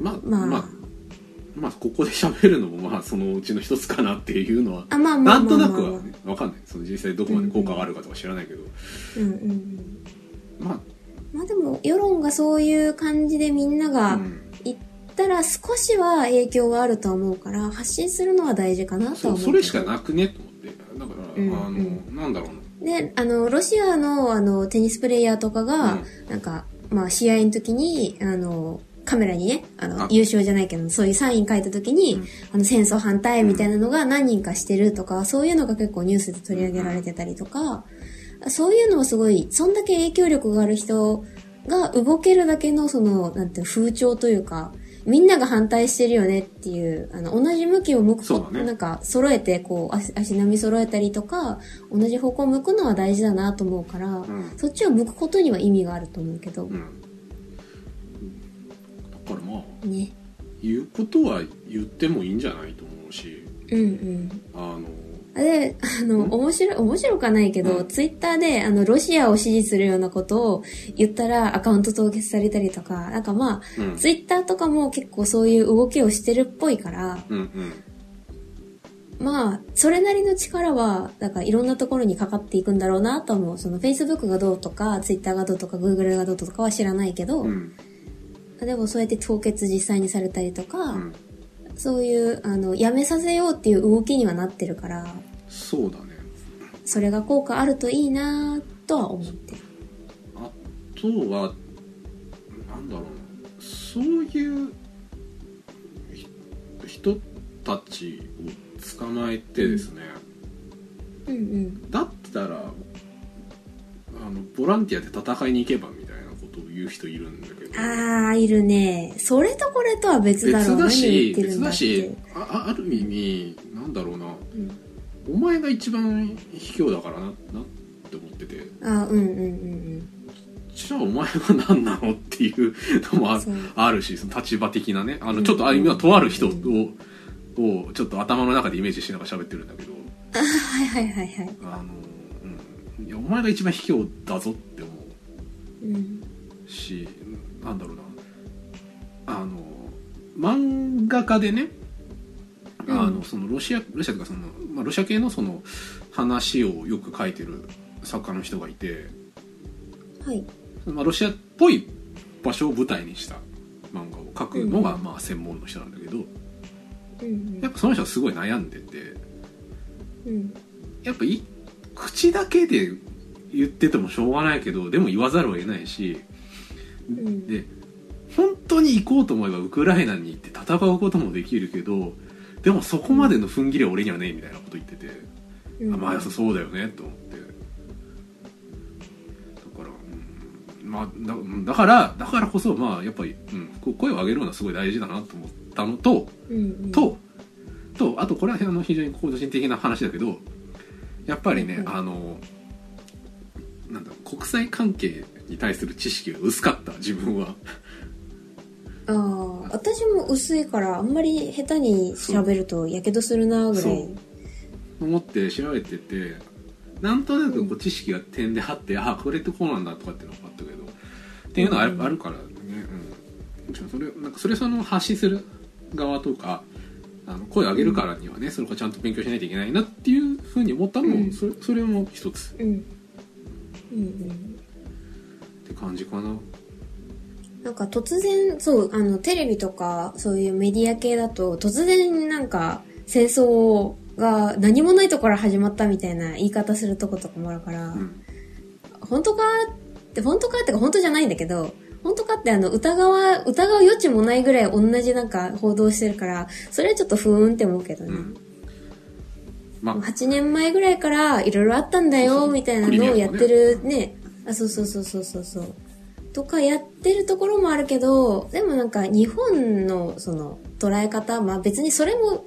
Speaker 1: まあ
Speaker 2: まあ、
Speaker 1: まあまあここで喋るのもまあそのうちの一つかなっていうのは
Speaker 2: あ、まあま
Speaker 1: な
Speaker 2: あ
Speaker 1: ん
Speaker 2: ま
Speaker 1: と
Speaker 2: あ
Speaker 1: な
Speaker 2: まあ
Speaker 1: く
Speaker 2: まあ、
Speaker 1: はねわかんないその実際どこまで効果があるかとか知らないけど、
Speaker 2: うんうんうん。
Speaker 1: まあ
Speaker 2: まあでも、世論がそういう感じでみんなが
Speaker 1: うん
Speaker 2: 行ったら少しは影響はあるとは思うから、発信するのは大事かなと
Speaker 1: そ
Speaker 2: は
Speaker 1: う
Speaker 2: 思う。
Speaker 1: それしかなくねと思ってだから、
Speaker 2: うん
Speaker 1: あの
Speaker 2: う
Speaker 1: なんだろうな
Speaker 2: で、あの、ロシアの、あの、テニスプレイヤーとかが、なんか、まあ、試合の時に、あの、カメラにね、あの
Speaker 1: あ、
Speaker 2: 優勝じゃないけど、そういうサイン書いた時に、
Speaker 1: うん
Speaker 2: あの、戦争反対みたいなのが何人かしてるとか、そういうのが結構ニュースで取り上げられてたりとか、そういうのはすごい、そんだけ影響力がある人が動けるだけの、その、なんていうの風潮というか、みんなが反対してるよねっていう、あの、同じ向きを向く
Speaker 1: そうだね
Speaker 2: なんか、揃えて、こう、足足並み揃えたりとか、同じ方向を向くのは大事だなと思うから、
Speaker 1: ん
Speaker 2: そっちを向くことには意味があると思うけど、
Speaker 1: うんだからまあ
Speaker 2: ね。
Speaker 1: 言うことは言ってもいいんじゃないと思うし
Speaker 2: うんうん。
Speaker 1: あの
Speaker 2: で、あの、
Speaker 1: ん
Speaker 2: 面白い、面白くはないけど、
Speaker 1: うん
Speaker 2: ツイッターで、あの、ロシアを支持するようなことを言ったらアカウント凍結されたりとか、なんかま
Speaker 1: う
Speaker 2: あ、
Speaker 1: ん
Speaker 2: ツイッターとかも結構そういう動きをしてるっぽいから、
Speaker 1: うんうん
Speaker 2: まあ、それなりの力は、なんかいろんなところにかかっていくんだろうなと思う。その Facebook がどうとか、Twitter がどうとか、Google がどうとかは知らないけど、
Speaker 1: うん
Speaker 2: でもそうやって凍結実際にされたりとか、
Speaker 1: うん
Speaker 2: そういう、あの、やめさせようっていう動きにはなってるから、
Speaker 1: そうだね
Speaker 2: それが効果あるといいなぁとは思ってる。
Speaker 1: あとはなんだろうなそういうひ人たちを捕まえてですね、
Speaker 2: うんうん。
Speaker 1: だったらあのボランティアで戦いに行けばみたいなことを言う人いるんだけど
Speaker 2: あー、いるね。それとこれとは別だろ
Speaker 1: 別
Speaker 2: う
Speaker 1: だし
Speaker 2: 何言ってる
Speaker 1: 別
Speaker 2: んだ
Speaker 1: だ
Speaker 2: って
Speaker 1: しああある意味なんだろうな
Speaker 2: うん
Speaker 1: お前が一番卑怯だからななって思ってて
Speaker 2: あー、うんうんうん
Speaker 1: じゃあお前は何なのっていうのもあ
Speaker 2: そう
Speaker 1: あるしその立場的なねあ
Speaker 2: う
Speaker 1: の
Speaker 2: ん
Speaker 1: ちょっとあ今とある人を,、をちょっと頭の中でイメージしながら喋ってるんだけど
Speaker 2: うん。はいはいはいはい。
Speaker 1: あの、うん、いやお前が一番卑怯だぞって思う
Speaker 2: うん。
Speaker 1: しなんだろうなあの漫画家でねあの、
Speaker 2: うん
Speaker 1: そのロシアロシアとかその、まあ、ロシア系のその話をよく書いてる作家の人がいて、
Speaker 2: はい。
Speaker 1: まあ、ロシアっぽい場所を舞台にした漫画を書くのが、
Speaker 2: うん
Speaker 1: まあ、専門の人なんだけど
Speaker 2: うんうん
Speaker 1: やっぱその人はすごい悩んでて
Speaker 2: うん。
Speaker 1: やっぱい口だけで言っててもしょうがないけどでも言わざるを得ないし
Speaker 2: うん
Speaker 1: で本当に行こうと思えばウクライナに行って戦うこともできるけどでもそこまでの踏ん切りは俺にはねえみたいなこと言ってて、
Speaker 2: うん
Speaker 1: あまあそうだよねと思ってだから、うんまあ、だうんだからだからこそまあやっぱり、うん、こ声を上げるのはすごい大事だなと思ったのと、
Speaker 2: うんうん
Speaker 1: ととあとこれはあの非常に個人的な話だけどやっぱりね、
Speaker 2: うん
Speaker 1: あのなんだろう国際関係に対する知識が薄かった自分は
Speaker 2: ああ、私も薄いから、あんまり下手に喋ると、やけどするな、ぐらい。
Speaker 1: 思って調べててなんとなくこう知識が点で張ってあこれってこうなんだとかっていうのがあったけどっていうのはある,、
Speaker 2: うん
Speaker 1: あるからね、うん、もちろんそれなんかそれその発信する側とかあの声を上げるからにはね、それをちゃんと勉強しないといけないなっていうふうに思ったのも、
Speaker 2: うん
Speaker 1: それそれも一つ
Speaker 2: うん。うん
Speaker 1: って感じかな。
Speaker 2: うん。なんか突然、そう、あの、テレビとか、そういうメディア系だと、突然なんか、戦争が何もないところから始まったみたいな言い方するとことかもあるから、
Speaker 1: うん
Speaker 2: 本当かって、本当かってか本当じゃないんだけど、本当かってあの、疑わ、疑う余地もないぐらい同じなんか報道してるから、それはちょっとふーんって思うけど
Speaker 1: う
Speaker 2: ね。
Speaker 1: んまあ
Speaker 2: 8年前ぐらいからいろいろあったんだ
Speaker 1: そう
Speaker 2: よ、
Speaker 1: そう
Speaker 2: みたいな
Speaker 1: クリミア
Speaker 2: の
Speaker 1: と
Speaker 2: を
Speaker 1: かね
Speaker 2: やってるね。あ、そうそうそうそうそうそう。とかやってるところもあるけど、でもなんか日本のその捉え方、まあ別にそれも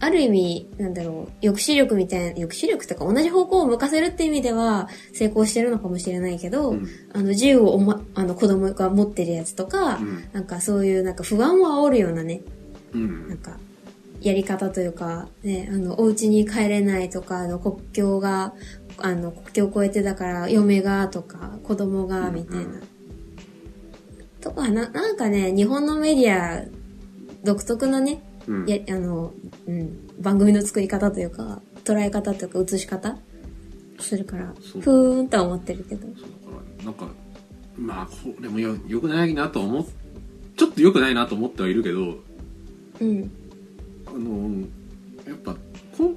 Speaker 2: ある意味、なんだろう、抑止力みたいな、抑止力とか同じ方向を向かせるって意味では成功してるのかもしれないけど、
Speaker 1: うん
Speaker 2: あの銃をお、ま、あの子供が持ってるやつとか、
Speaker 1: うん
Speaker 2: なんかそういうなんか不安を煽るようなね、
Speaker 1: う
Speaker 2: なん
Speaker 1: ん
Speaker 2: か、やり方というか、ね、あの、お家に帰れないとか、あの、国境が、あの、国境を越えてだから、嫁がとか、子供が、みたいな。
Speaker 1: うんうん
Speaker 2: とか、な、なんかね、日本のメディア、独特のね、
Speaker 1: うん
Speaker 2: や、あの、うん、番組の作り方というか、捉え方というか、映し方するから、
Speaker 1: そう
Speaker 2: ふーんとは思ってるけど。
Speaker 1: そうだからなんかまあこれもよよくないなと思っちょっとよくないなと思ってはいるけど
Speaker 2: うん。
Speaker 1: あのやっぱ今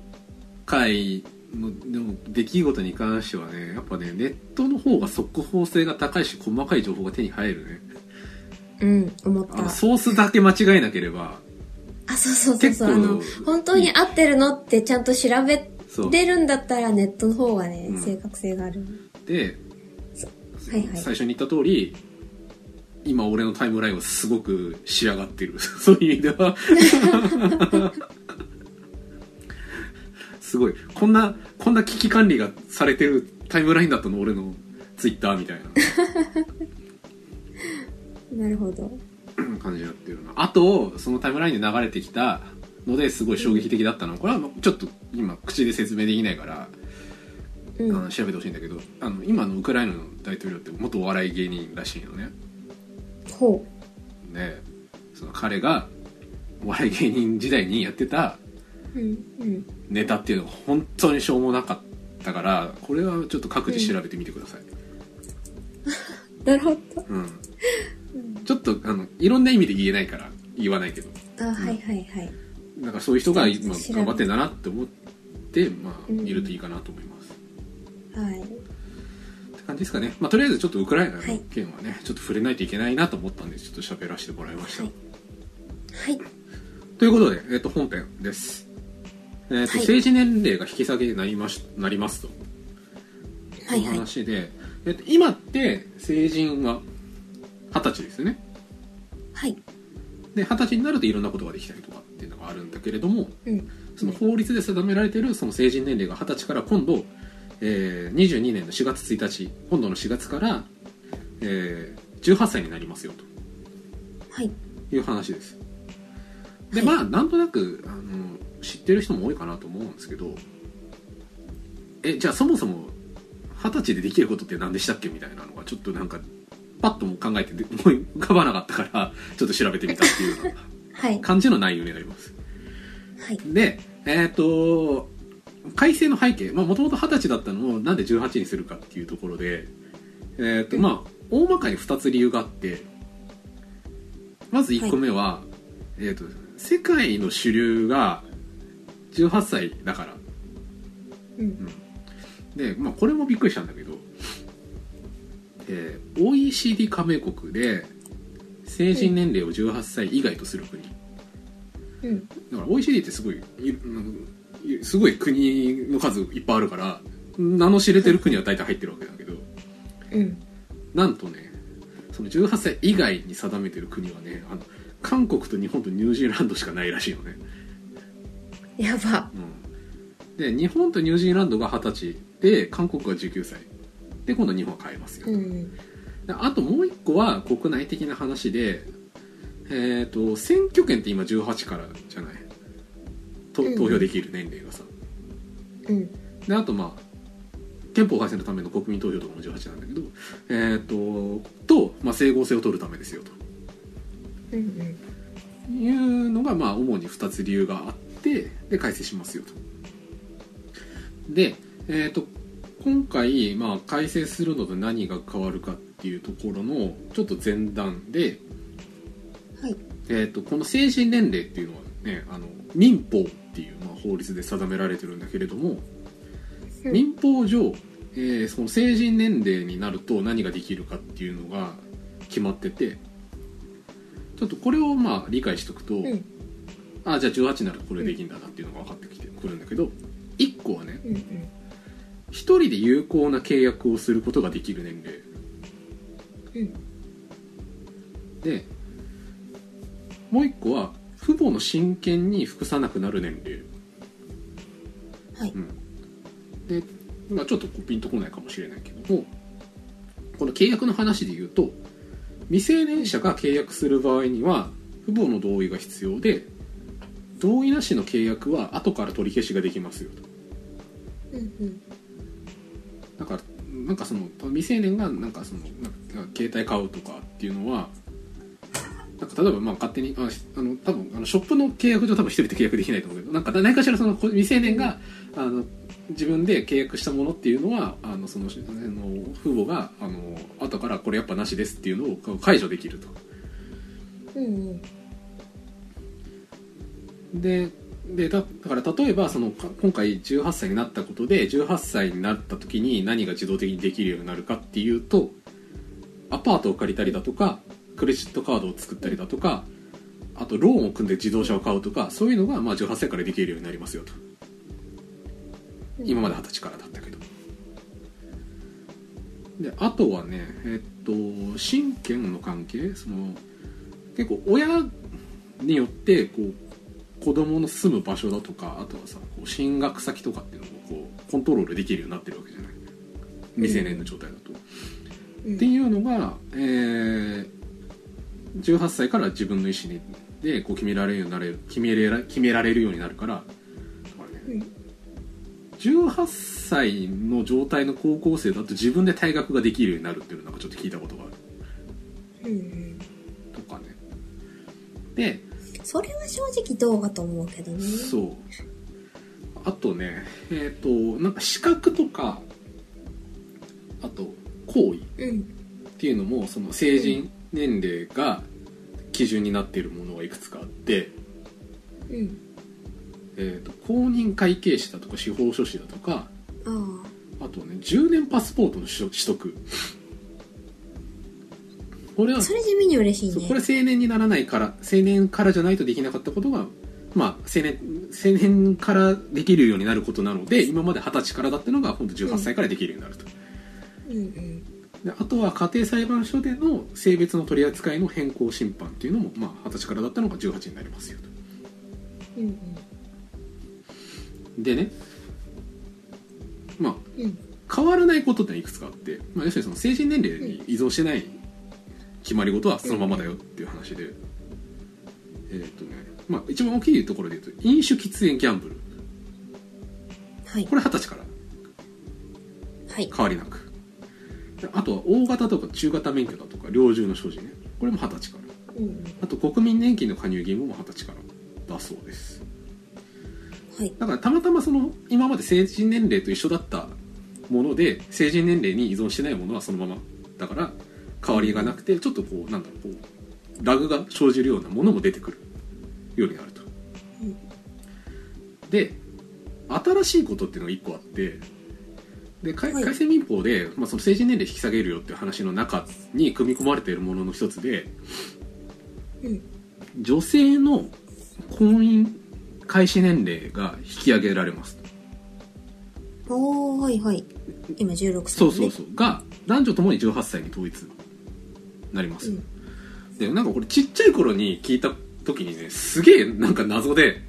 Speaker 1: 回のでも出来事に関してはねやっぱねネットの方が速報性が高いし細かい情報が手に入るね
Speaker 2: うん、思っ
Speaker 1: あ
Speaker 2: た
Speaker 1: の。ソースだけ間違えなければ
Speaker 2: あ、そうそうそうそう。あの
Speaker 1: 結構、
Speaker 2: 本当に合ってるのってちゃんと調べ
Speaker 1: そう
Speaker 2: 出るんだったらネットの方がね、
Speaker 1: うん
Speaker 2: 正確性がある。
Speaker 1: で、
Speaker 2: はいはい
Speaker 1: 最初に言った通り今俺のタイムラインはすごく仕上がってる そういう意味ではすごいこんなこんな危機管理がされてるタイムラインだったの俺のツイッターみたい
Speaker 2: なるほど。
Speaker 1: な感じになってるなあとそのタイムラインで流れてきたのですごい衝撃的だったのはこれはちょっと今口で説明できないから
Speaker 2: う
Speaker 1: あ
Speaker 2: ん。
Speaker 1: の調べてほしいんだけどあの今のウクライナの大統領って元お笑い芸人らしいのね
Speaker 2: ほ
Speaker 1: ねその彼がお笑い芸人時代にやってた
Speaker 2: う。うん。
Speaker 1: ネタっていうのが本当にしょうもなかったからこれはちょっと各自調べてみてください、
Speaker 2: うん。なるほど。
Speaker 1: うんちょっとあのいろんな意味で言えないから言わないけど
Speaker 2: あ、はいはいはい。
Speaker 1: だからそういう人が
Speaker 2: ちょ
Speaker 1: 今
Speaker 2: っと調べ
Speaker 1: 頑張ってんだなって思って、まあ、
Speaker 2: うん
Speaker 1: いるといいかなと思います、
Speaker 2: はい。
Speaker 1: って感じですかね、まあ、とりあえずちょっとウクライナの
Speaker 2: はい
Speaker 1: 件はね、ちょっと触れないといけないなと思ったんでちょっと喋らせてもらいました、
Speaker 2: はいはい。
Speaker 1: ということで、えっと本編です、えっと
Speaker 2: はい
Speaker 1: 政治年齢が引き下げになりましなりますと
Speaker 2: はいいうはい。
Speaker 1: 話で、えっと、今って成人は二十歳ですよね
Speaker 2: はい。
Speaker 1: で二十歳になるといろんなことができたりとかっていうのがあるんだけれども
Speaker 2: うん。
Speaker 1: その法律で定められているその成人年齢が二十歳から今度、えー、22年の4月1日今度の4月から、えー、18歳になりますよ
Speaker 2: はい。
Speaker 1: という話ですで
Speaker 2: はい
Speaker 1: まあなんとなくあの知ってる人も多いかなと思うんですけどえじゃあそもそも二十歳でできることって何でしたっけみたいなのがちょっとなんかパッともう考えてで思い浮かばなかったからちょっと調べてみたっていうような
Speaker 2: はい。
Speaker 1: 感じの内容になります
Speaker 2: はい。
Speaker 1: でえっ、と改正の背景もともと二十歳だったのをなんで18にするかっていうところで、えーと
Speaker 2: うん
Speaker 1: まあ、大まかに2つ理由があってまず1個目は、えー、と世界の主流が18歳だから
Speaker 2: うん。
Speaker 1: で、まあ、これもびっくりしたんだけど、えー OECD 加盟国で成人年齢を18歳以外とする国、
Speaker 2: うん。
Speaker 1: だから OECD ってすごいいうんすごい国の数いっぱいあるから名の知れてる国は大体入ってるわけだけど
Speaker 2: うん。
Speaker 1: なんとねその18歳以外に定めてる国はねあの韓国と日本とニュージーランドしかないらしいのね
Speaker 2: やば。
Speaker 1: うん、で日本とニュージーランドが二十歳で韓国が19歳で今度日本は変えますよ、
Speaker 2: うん。
Speaker 1: であともう一個は国内的な話で、えー、と選挙権って今18からじゃないと
Speaker 2: うん
Speaker 1: 投票できる年齢がさ、
Speaker 2: うん。
Speaker 1: であとまあ憲法改正のための国民投票とかも18なんだけどえー、とと、まあ、整合性を取るためですよと
Speaker 2: うんうん。
Speaker 1: いうのがまあ主に2つ理由があってで改正しますよと。で、えー、と今回まあ改正するのと何が変わるかっていうところのちょっと前段で、
Speaker 2: はい。
Speaker 1: えー、とこの成人年齢っていうのはねあの民法っていうまあ法律で定められてるんだけれども
Speaker 2: うん
Speaker 1: 民法上、えーその成人年齢になると何ができるかっていうのが決まっててちょっとこれをまあ理解しておくと。
Speaker 2: うん。
Speaker 1: あじゃあ18になるとこれできるんだなっていうのが分かってきてくるんだけど1個はね
Speaker 2: うんうん。
Speaker 1: 1人で有効な契約をすることができる年齢
Speaker 2: うん
Speaker 1: でもう1個は父母の親権に服さなくなる年齢
Speaker 2: はい。
Speaker 1: で、まあ、ちょっとこうピンとこないかもしれないけどもこの契約の話で言うと未成年者が契約する場合には父母の同意が必要で同意なしの契約は後から取り消しができますよと
Speaker 2: うんうん。
Speaker 1: だからなんかその未成年がなんかそのなんか携帯買うとかっていうのはなんか例えばまあ勝手にあしあの多分あのショップの契約上多分一人で契約できないと思うけどなんか何かしらそのこ未成年があの自分で契約したものっていうのはあのそのあの父母があの後からこれやっぱなしですっていうのを解除できると。
Speaker 2: うんうん。
Speaker 1: ででだだから例えばそのか今回18歳になったことで18歳になった時に何が自動的にできるようになるかっていうとアパートを借りたりだとかクレジットカードを作ったりだとかあとローンを組んで自動車を買うとかそういうのがまあ18歳からできるようになりますよと今まで二十歳からだったけどであとはねえっと親権の関係その結構親によってこう子供の住む場所だとかあとはさこう進学先とかっていうのをこうコントロールできるようになってるわけじゃない未成年の状態だと、
Speaker 2: うん。
Speaker 1: っていうのが、えー18歳から自分の意思にでこう決められるようになれる決めれら決められるようになるからだからね
Speaker 2: うん。
Speaker 1: 18歳の状態の高校生だと自分で退学ができるようになるっていうのなんかちょっと聞いたことがある
Speaker 2: うんうん。
Speaker 1: とかねで
Speaker 2: それは正直どうかと思うけどね。
Speaker 1: そうあとねえっ、となんか資格とかあと行為
Speaker 2: うん。
Speaker 1: っていうのもその成人年齢が基準になっているものがいくつかあって、
Speaker 2: うん。
Speaker 1: えー、と公認会計士だとか司法書士だとか
Speaker 2: ああ。
Speaker 1: あとね10年パスポートの取得取得これは
Speaker 2: それ地味に嬉しい
Speaker 1: そう
Speaker 2: ね。
Speaker 1: これ青年にならないから青年からじゃないとできなかったことがまあ青年青年からできるようになることなので今まで二十歳からだったのが今度18歳からできるようになると、
Speaker 2: うんうん。
Speaker 1: であとは家庭裁判所での性別の取り扱いの変更審判っていうのもまあ二十歳からだったのが18になりますよと
Speaker 2: うん
Speaker 1: でねまあ
Speaker 2: うん。うん。
Speaker 1: 変わらないことっていくつかあって、まあ、要するにその成人年齢に依存してない決まり事はそのままだよっていう話で、えーっとねまあ、一番大きいところで言うと飲酒喫煙ギャンブル
Speaker 2: はい
Speaker 1: こ。れ二十歳から
Speaker 2: はい。
Speaker 1: 変わりなくであとは大型とか中型免許だとか猟銃の所持ねこれも二十歳から
Speaker 2: うんうん。
Speaker 1: あと国民年金の加入義務も二十歳からだそうです
Speaker 2: はい。
Speaker 1: だからたまたまその今まで成人年齢と一緒だったもので成人年齢に依存してないものはそのままだから変わりがなくてちょっとこうなんだろうこうラグが生じるようなものも出てくるようになると
Speaker 2: うん。
Speaker 1: で新しいことっていうのが1個あってで改
Speaker 2: はい
Speaker 1: 改正民法で、まあ、その成人年齢引き下げるよっていう話の中に組み込まれているものの一つで
Speaker 2: うん。
Speaker 1: 女性の婚姻開始年齢が引き上げられます
Speaker 2: おー、はいはい。今16歳、ね。
Speaker 1: そうそうそうが男女ともに18歳に統一なります、
Speaker 2: うん
Speaker 1: でなんかこれちっちゃい頃に聞いた時にねすげえなんか謎で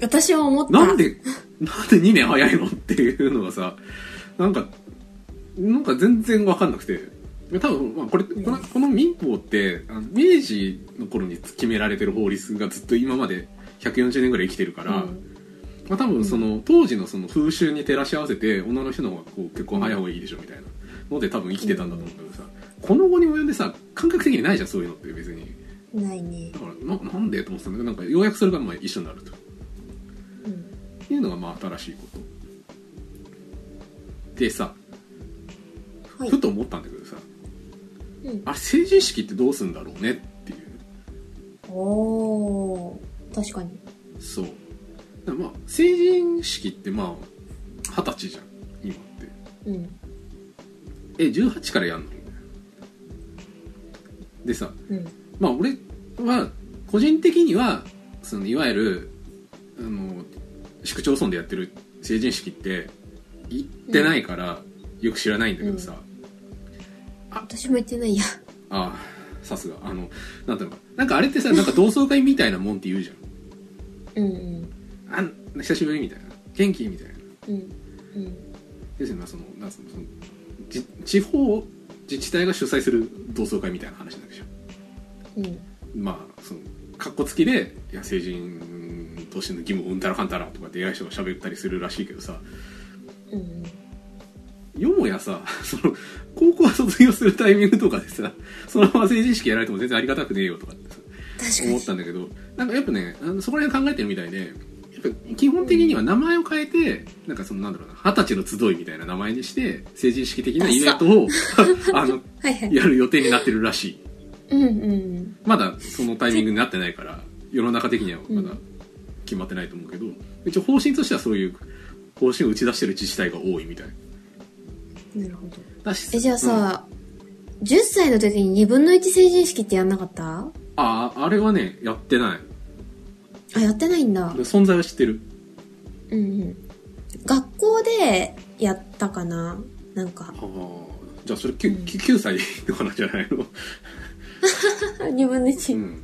Speaker 2: 私は思った。
Speaker 1: なんで、 なんで2年早いのっていうのがさ、なんか、なんか全然わかんなくて。多分、まあ、これ、この、この民法って、あの明治の頃に決められてる法律がずっと今まで140年ぐらい生きてるから、
Speaker 2: うん
Speaker 1: まあ、多分その当時のその風習に照らし合わせて女の人の方がこう結婚早い方がいいでしょみたいなので多分生きてたんだと思うんだけどさこの後に及んでさ感覚的にないじゃんそういうのって別に
Speaker 2: ないね
Speaker 1: だ。からななんでと思ってたんだけどなんかようやくそれがまあ一緒になると
Speaker 2: うん
Speaker 1: いうのがまあ新しいことでさ
Speaker 2: はい
Speaker 1: ふ。と思ったんだけどさ
Speaker 2: うん
Speaker 1: あれ成人式ってどうするんだろうねっていう
Speaker 2: おー。確かに。
Speaker 1: そうだからまあ成人式ってまあ二十歳じゃん今って
Speaker 2: うん。
Speaker 1: え18からやんのでさ
Speaker 2: うん。
Speaker 1: まあ俺は個人的にはそのいわゆるあの市区町村でやってる成人式って行ってないからよく知らないんだけどさ、
Speaker 2: 私も言ってないや。
Speaker 1: ああさすがあのなんていうのかなんかあれってさなんか同窓会みたいなもんって言うじ
Speaker 2: うんうん。
Speaker 1: ゃんあ久しぶりみたいな元気みたいな
Speaker 2: うん。うん。
Speaker 1: 要するにまあそのなんつうのそのじ地方自治体が主催する同窓会みたいな話なんでしょ
Speaker 2: うん。
Speaker 1: まあそのかっこつきでいや成人としての義務をうんたらかんたらとかで偉い人が喋ったりするらしいけどさ
Speaker 2: うん。
Speaker 1: よもやさ その高校卒業するタイミングとかでさ そのまま成人式やられても全然ありがたくねえよとかってさ
Speaker 2: 確か
Speaker 1: 思
Speaker 2: に
Speaker 1: っ。たんだけどなんかやっぱねあのそこら辺考えてるみたいでやっぱ基本的には名前を変えてなんかそのなんだろうな二十歳の集いみたいな名前にして成人式的なイベントを あの
Speaker 2: はいはい。
Speaker 1: やる予定になってるらしい。
Speaker 2: うんうん。
Speaker 1: まだそのタイミングになってないから世の中的にはまだ
Speaker 2: うん
Speaker 1: 決まってないと思うけど、一応方針としてはそういう方針を打ち出してる自治体が多いみたい
Speaker 2: なるほど。
Speaker 1: だし
Speaker 2: え、じゃあさ、10歳の時に2分の1成人式ってやんなかった
Speaker 1: うんあああれはねやってない
Speaker 2: あ、やってないんだ。
Speaker 1: 存在は知ってる
Speaker 2: うんうん。学校でやったかななんか
Speaker 1: あ。あじゃあそれ 9, 9歳とかなんじゃないの、
Speaker 2: 2分の1
Speaker 1: うん、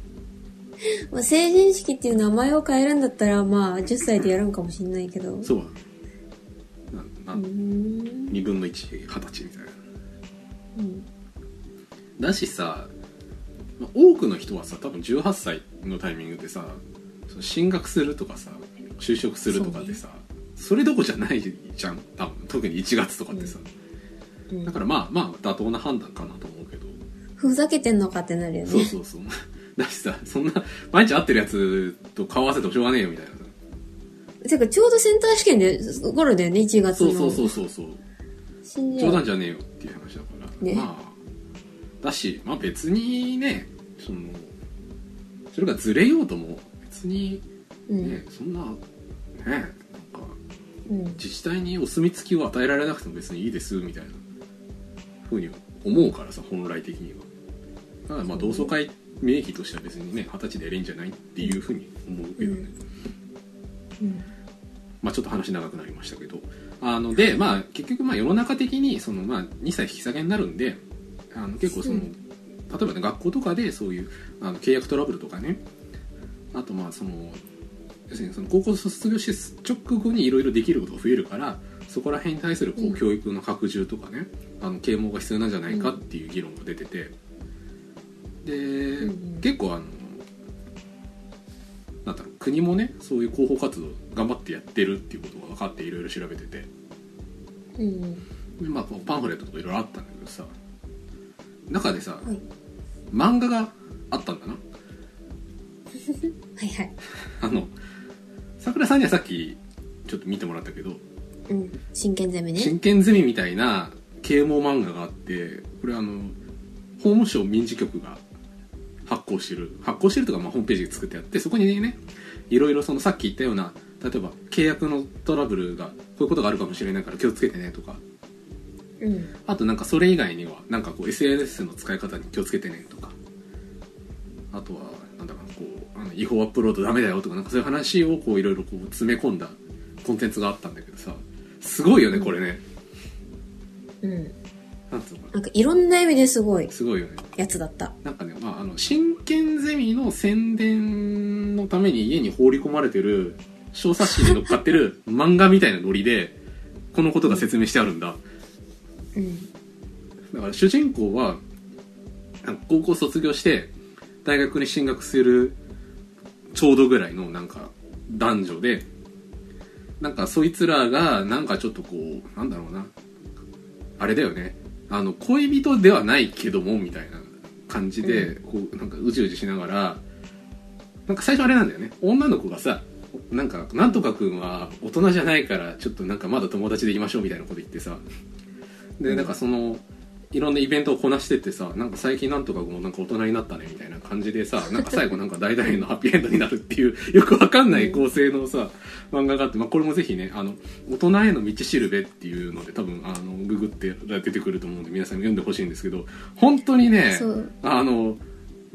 Speaker 2: まあ、成人式っていう名前を変えるんだったら、まあ、10歳でやるんかもしんないけど。う
Speaker 1: そうだな
Speaker 2: ー。
Speaker 1: なん2分の1二十歳みたい
Speaker 2: うん。
Speaker 1: なだしさまあ多くの人はさ多分18歳のタイミングでさその進学するとかさ就職するとかでさそ,、れどころじゃないじゃん多分特に1月とかってさ、
Speaker 2: うん
Speaker 1: だからまあまあ妥当な判断かなと思うけど、
Speaker 2: ふざけてんのかってなるよね。
Speaker 1: そうそうそう だしさそんな毎日会ってるやつと顔合わせてもしょうがねえよみたいなさ
Speaker 2: てか、ちょうどセンター試験で、頃だよね、1月
Speaker 1: そ
Speaker 2: の。
Speaker 1: うそうそうそうそう
Speaker 2: 信じ
Speaker 1: 冗
Speaker 2: ら
Speaker 1: 談
Speaker 2: れ
Speaker 1: じゃねえよっていう話だから、
Speaker 2: ね
Speaker 1: まあだしまあ別にねそのそれがずれようとも別にね、そんなねなんか
Speaker 2: うん。うん。
Speaker 1: 自治体にお墨付きを与えられなくても別にいいですみたいなふうに思うからさ本来的にはただまあ同窓会名義としては別にね二十歳でやれんじゃないっていうふうに思うけどね、
Speaker 2: うんうん。
Speaker 1: まあちょっと話長くなりましたけどあのでまあ結局まあ世の中的にそのまあ2歳引き下げになるんであの結構その、
Speaker 2: うん
Speaker 1: 例えばね学校とかでそういうあの契約トラブルとかねあとまあその要するにその高校卒業して直後にいろいろできることが増えるからそこら辺に対するこ
Speaker 2: うん
Speaker 1: う教育の拡充とかね、あの啓蒙が必要なんじゃないかっていう議論が出ててで、
Speaker 2: うんうん
Speaker 1: 結構あのなんだろう国もねそういう広報活動頑張ってやってるっていうことが分かっていろいろ調べてて
Speaker 2: うん。
Speaker 1: で、まあ、こうパンフレットとかいろいろあったんだけどさ中でさ、
Speaker 2: はい。
Speaker 1: 漫画があったんだな
Speaker 2: はいはい。
Speaker 1: あのさくらさんにはさっきちょっと見てもらったけど
Speaker 2: うん。真剣攻めね。
Speaker 1: 真剣ゼミみたいな啓蒙漫画があってこれあの法務省民事局が発行してる発行してるとか、まあ、ホームページ作ってあってそこにねいろいろそのさっき言ったような例えば契約のトラブルがこういうことがあるかもしれないから気をつけてねとか
Speaker 2: うん。
Speaker 1: あとなんかそれ以外にはなんかこう SNS の使い方に気をつけてねとかあとはなんだかなこうあの違法アップロードダメだよとかなんかそういう話をこういろいろこう詰め込んだコンテンツがあったんだけどさすごいよねこれね、
Speaker 2: うん。
Speaker 1: なんつうのかな
Speaker 2: なんか、いろんな意味ですごい
Speaker 1: すごいよね
Speaker 2: やつだった。
Speaker 1: なんかね、まあ、あの真剣ゼミの宣伝のために家に放り込まれてる小冊子に乗っかってる漫画みたいなノリでこのことが説明してあるんだ
Speaker 2: うん。
Speaker 1: だから主人公はなんか高校卒業して大学に進学するちょうどぐらいのなんか男女でなんかそいつらがなんかちょっとこうなんだろうなあれだよねあの恋人ではないけどもみたいな感じで、こうなんかうじうじしながらなんか最初あれなんだよね女の子がさなんかなんとか君は大人じゃないからちょっとなんかまだ友達でいましょうみたいなこと言ってさでなんかそのいろんなイベントをこなしてってさなんか最近なんとかもなんか大人になったねみたいな感じでさなんか最後なん か大々のハッピーエンドになるっていう よくわかんない構成のさ漫画があって、まあ、これもぜひね「あの大人への道しるべ」っていうので多分あのググって出てくると思うんで皆さんも読んでほしいんですけど本当にね
Speaker 2: そう
Speaker 1: あの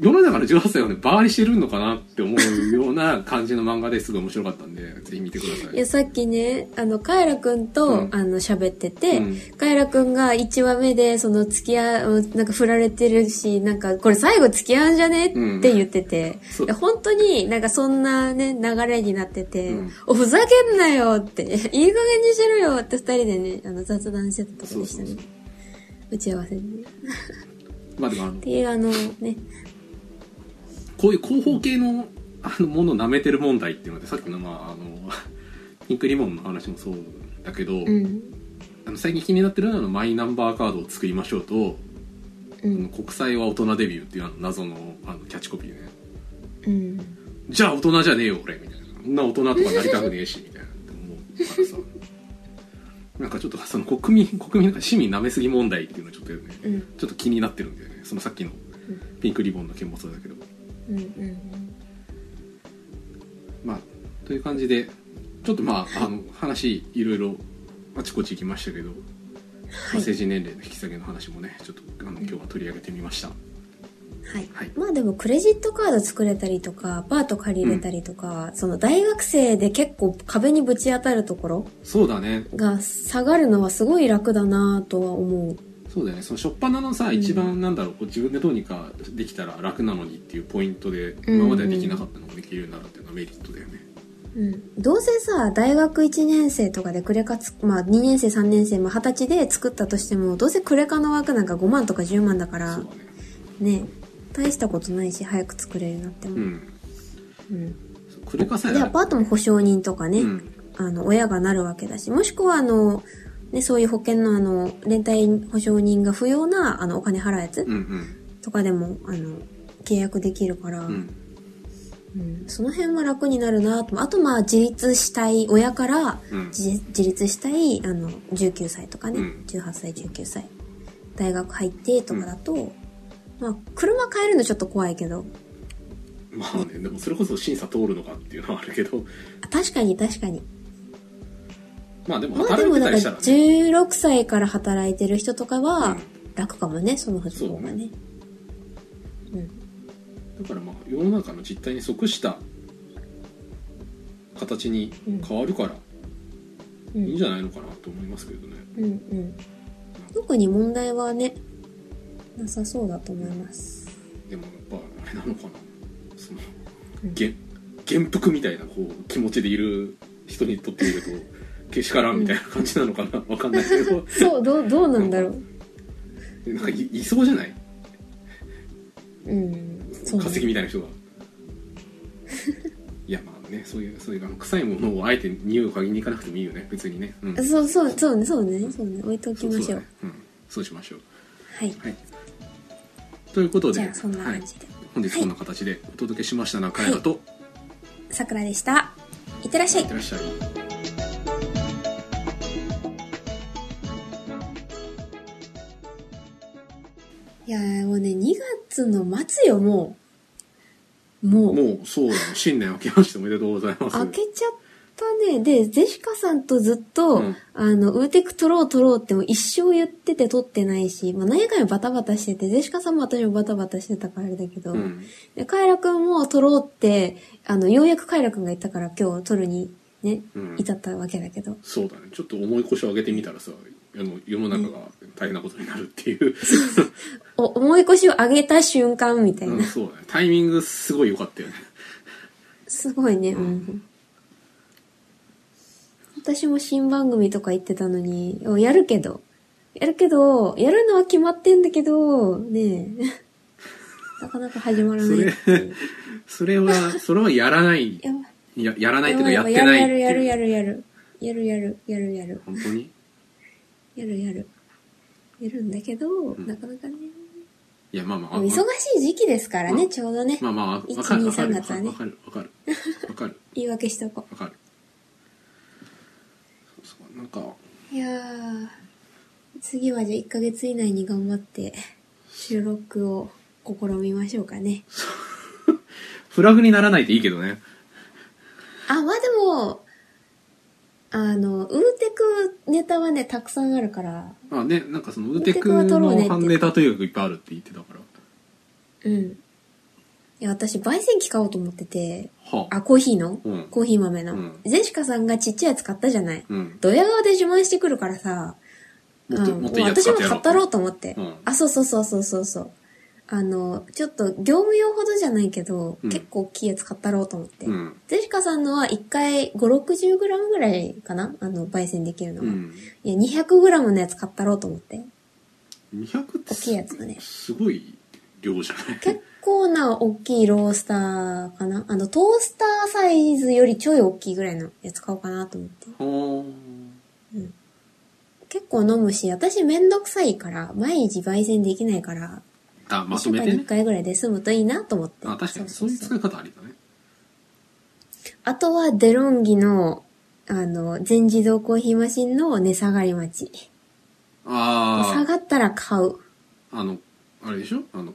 Speaker 1: 世の中の18歳をねバカにしてるのかなって思うような感じの漫画ですごい面白かったんでぜひ見てください
Speaker 2: いや、さっきね、あの、カエラくんと、
Speaker 1: うん
Speaker 2: あの、喋ってて、
Speaker 1: うん
Speaker 2: カエラくんが1話目で、その、付き合う、なんか振られてるし、なんか、これ最後付き合うんじゃねって
Speaker 1: うん
Speaker 2: 言ってて、
Speaker 1: そう
Speaker 2: いや本当になんかそんなね、流れになってて、
Speaker 1: うん
Speaker 2: お、ふざけんなよって、 いい加減にしろよって二人でね、あの、雑談してたとこ
Speaker 1: そ
Speaker 2: で
Speaker 1: う
Speaker 2: し
Speaker 1: そ
Speaker 2: た
Speaker 1: うそ
Speaker 2: ね
Speaker 1: う。
Speaker 2: 打ち合わせでね。
Speaker 1: まあでもあの
Speaker 2: っていう、あの、ね、
Speaker 1: こういう広報系のあのものを舐めてる問題っていうのでさっきのまああの ピンクリボンの話もそうだけど、
Speaker 2: うん。
Speaker 1: あの最近気になってるのはあのマイナンバーカードを作りましょうと「あ
Speaker 2: う
Speaker 1: の
Speaker 2: ん。
Speaker 1: 国際は大人デビュー」っていうあの謎のあのキャッチコピーね
Speaker 2: うん。
Speaker 1: 「じゃあ大人じゃねえよ俺」みたいな「そんな大人とかなりたくねえし」みたいなって思うからさなんかちょっとその国民 国民なんか市民舐めすぎ問題っていうのはちょっとね
Speaker 2: うん。
Speaker 1: ちょっと気になってるんだよねそのさっきのピンクリボンの件もそうだけど
Speaker 2: うん。うん。
Speaker 1: まあ、という感じでちょっとまああの話いろいろあちこち行きましたけど、
Speaker 2: い
Speaker 1: 成人年齢の引き下げの話もねちょっとあの今日は取り上げてみました、
Speaker 2: はい、
Speaker 1: はい
Speaker 2: まあでもクレジットカード作れたりとかアパート借りれたりとか、その大学生で結構壁にぶち当たるところ
Speaker 1: そうだね
Speaker 2: が下がるのはすごい楽だなとは思う
Speaker 1: そうだよねその初っ端のさ、
Speaker 2: ん
Speaker 1: 一番なんだろうこう自分でどうにかできたら楽なのにっていうポイントで
Speaker 2: んうん
Speaker 1: 今まではできなかったのができるようになるっていうのはメリットだよね、
Speaker 2: うん、どうせさ大学1年生とかでクレカつ、まあ、2年生3年生も二十歳で作ったとしてもどうせクレカの枠なんか5万とか10万だから
Speaker 1: そうだね
Speaker 2: ね大したことないし早く作れるなって思
Speaker 1: う
Speaker 2: う、
Speaker 1: ん
Speaker 2: うん
Speaker 1: そうクレカさえ
Speaker 2: でアパートも保証人とかね、
Speaker 1: うん
Speaker 2: あの、親がなるわけだし、もしくは、あの、ね、そういう保険の、あの、連帯保証人が不要な、あの、お金払うやつ
Speaker 1: うんうん
Speaker 2: とかでも、あの、契約できるか
Speaker 1: う
Speaker 2: ら、うんんその辺は楽になるなと。あと、まあ、自立したい、親から
Speaker 1: うん
Speaker 2: 自,、自立したい、あの、19歳とかね、
Speaker 1: うん
Speaker 2: 18歳、19歳、大学入ってとかだと、まあ、車変えるのちょっと怖いけど、
Speaker 1: まあねでもそれこそ審査通るのかっていうのはあるけど
Speaker 2: あ確かに確かに。
Speaker 1: まあでも
Speaker 2: まあで
Speaker 1: 働い
Speaker 2: も
Speaker 1: てた
Speaker 2: だから
Speaker 1: りしたらね、
Speaker 2: 16歳から働いてる人とか
Speaker 1: う
Speaker 2: は
Speaker 1: ん
Speaker 2: 楽かもね、その方がね。
Speaker 1: だからまあ世の中の実態に即した形に変わるから
Speaker 2: うん
Speaker 1: いいんじゃないのかなと思いますけどね、
Speaker 2: うんうん。特に問題はね、なさそうだと思います。
Speaker 1: でもやっぱあれなのかなその
Speaker 2: うん
Speaker 1: げ元服みたいなこう気持ちでいる人にとってみるとけしからんみたいな感じなのかなわかんないけど
Speaker 2: そう、どう、どうなんだろう。
Speaker 1: なんかいいそうじゃない
Speaker 2: うん。そう、
Speaker 1: 化石
Speaker 2: ね。
Speaker 1: みたいな人が いやまあねそういうそういうあの臭いものをあえて匂いを嗅ぎに行かなくてもいいよね別にね、うん、
Speaker 2: そう、そう、そうね、そうね、そうね。置いておきましょう。
Speaker 1: だねうん、そうしましょう
Speaker 2: はい。
Speaker 1: はい。ということで、
Speaker 2: じゃあ、そんな
Speaker 1: は
Speaker 2: 感
Speaker 1: い、
Speaker 2: じで。
Speaker 1: 本日こんな形でお届けしました中山と、
Speaker 2: さくらでした。いってらっしゃ
Speaker 1: い
Speaker 2: い
Speaker 1: って。らっしゃい。
Speaker 2: いやーもうね、2月の末よ、もう。もう。
Speaker 1: もうそうだね、新年明けましておめでとうございます。
Speaker 2: 開けちゃったね。で、ゼシカさんとずっ
Speaker 1: う
Speaker 2: と、
Speaker 1: ん
Speaker 2: あの、ウーテック取ろう取ろうってもう一生言ってて取ってないし、まあ何回もバタバタしてて、ゼシカさんも私もバタバタしてたからあれだけど、
Speaker 1: うん、
Speaker 2: でカエラくんも取ろうって、あの、ようやくカエラくんが言ったから今日取るにね、
Speaker 1: うん
Speaker 2: 至ったわけだけど。
Speaker 1: そうだね、ちょっと重い腰を上げてみたらさ、あの世の中が大変なことになるっていう、
Speaker 2: お、思い越しを上げた瞬間みたいな。
Speaker 1: うんそうだね、タイミングすごい良かったよね。
Speaker 2: すごいね、うん。私も新番組とか言ってたのに、やるけど。やるけど、やるのは決まってんだけど、ねえ。 なかなか始まらないっていう。
Speaker 1: それは、それはやらない。い
Speaker 2: やばい
Speaker 1: や、やらないっていうか、や
Speaker 2: や
Speaker 1: っ
Speaker 2: ばい
Speaker 1: て
Speaker 2: やば
Speaker 1: ないい
Speaker 2: や
Speaker 1: って
Speaker 2: るやる
Speaker 1: い
Speaker 2: や
Speaker 1: う。
Speaker 2: るやる。やるやるやるやる。
Speaker 1: 本当に
Speaker 2: やるやる。やるんだけど、
Speaker 1: ん
Speaker 2: なかなかね。
Speaker 1: いや、まあまあ。あ
Speaker 2: 忙しい時期ですから
Speaker 1: う
Speaker 2: ね、
Speaker 1: ん
Speaker 2: ちょうどね。
Speaker 1: まあまあ、わ
Speaker 2: 1
Speaker 1: かる、
Speaker 2: 2
Speaker 1: わか
Speaker 2: 3
Speaker 1: る、わ
Speaker 2: 月
Speaker 1: か
Speaker 2: は
Speaker 1: る、
Speaker 2: ね
Speaker 1: わかる、わかる、わかる、
Speaker 2: 言い訳しとこ
Speaker 1: わかる。そうそう、なんか、
Speaker 2: う。いやー。次はじゃあ1ヶ月以内に頑張って、収録を試みましょうかね。
Speaker 1: フラグにならないといいけどね。
Speaker 2: あ、まあでも、あの、ウーテクネタはね、たくさんあるから、
Speaker 1: まあね、なんかその、ウー
Speaker 2: テ
Speaker 1: テ
Speaker 2: ク
Speaker 1: ク
Speaker 2: は取ろうね
Speaker 1: の
Speaker 2: って
Speaker 1: ファンネタというかいっぱいあるって言ってたから。
Speaker 2: うん。いや、私、焙煎機買おうと思ってて、
Speaker 1: はあ。
Speaker 2: あ、コーヒーの、
Speaker 1: うん
Speaker 2: コーヒー豆の、
Speaker 1: うん
Speaker 2: ゼシカさんがちっちゃいやつ買ったじゃない、
Speaker 1: うん。
Speaker 2: ドヤ顔で自慢してくるからさ、
Speaker 1: もっと、
Speaker 2: うん
Speaker 1: もっといいやつ
Speaker 2: 私
Speaker 1: 買
Speaker 2: も
Speaker 1: ってやろ
Speaker 2: 買
Speaker 1: う。
Speaker 2: ったろうと思って。
Speaker 1: うん
Speaker 2: あ、そうそうそうそうそうそう。あの、ちょっと業務用ほどじゃないけど、
Speaker 1: うん
Speaker 2: 結構大きいやつ買ったろうと思って。
Speaker 1: うん。
Speaker 2: ゼシカさんのは1回5、60グラムぐらいかなあの、焙煎できるの
Speaker 1: う
Speaker 2: は。
Speaker 1: ん。
Speaker 2: いや、200グラムのやつ買ったろうと思って。
Speaker 1: 200って
Speaker 2: 大きいやつがね
Speaker 1: すごい量じゃない
Speaker 2: 結構な大きいロースターかなあの、トースターサイズよりちょい大きいぐらいのやつ買おうかなと思って。
Speaker 1: は
Speaker 2: 結構飲むし、私めんどくさいから、毎日焙煎できないから、
Speaker 1: あ。あ、まと
Speaker 2: 週
Speaker 1: め
Speaker 2: 間
Speaker 1: て
Speaker 2: に1
Speaker 1: ね。
Speaker 2: 回ぐらいで済むといいなと思って。
Speaker 1: あ、確かに、
Speaker 2: そ
Speaker 1: そうういう
Speaker 2: そ
Speaker 1: う
Speaker 2: そ
Speaker 1: 使
Speaker 2: う
Speaker 1: い方ありだね。
Speaker 2: あとは、デロンギの、あの、全自動コーヒーマシンの値下がり待ち。下
Speaker 1: あ
Speaker 2: がったら買う。
Speaker 1: あ。あの、あれでしょあの、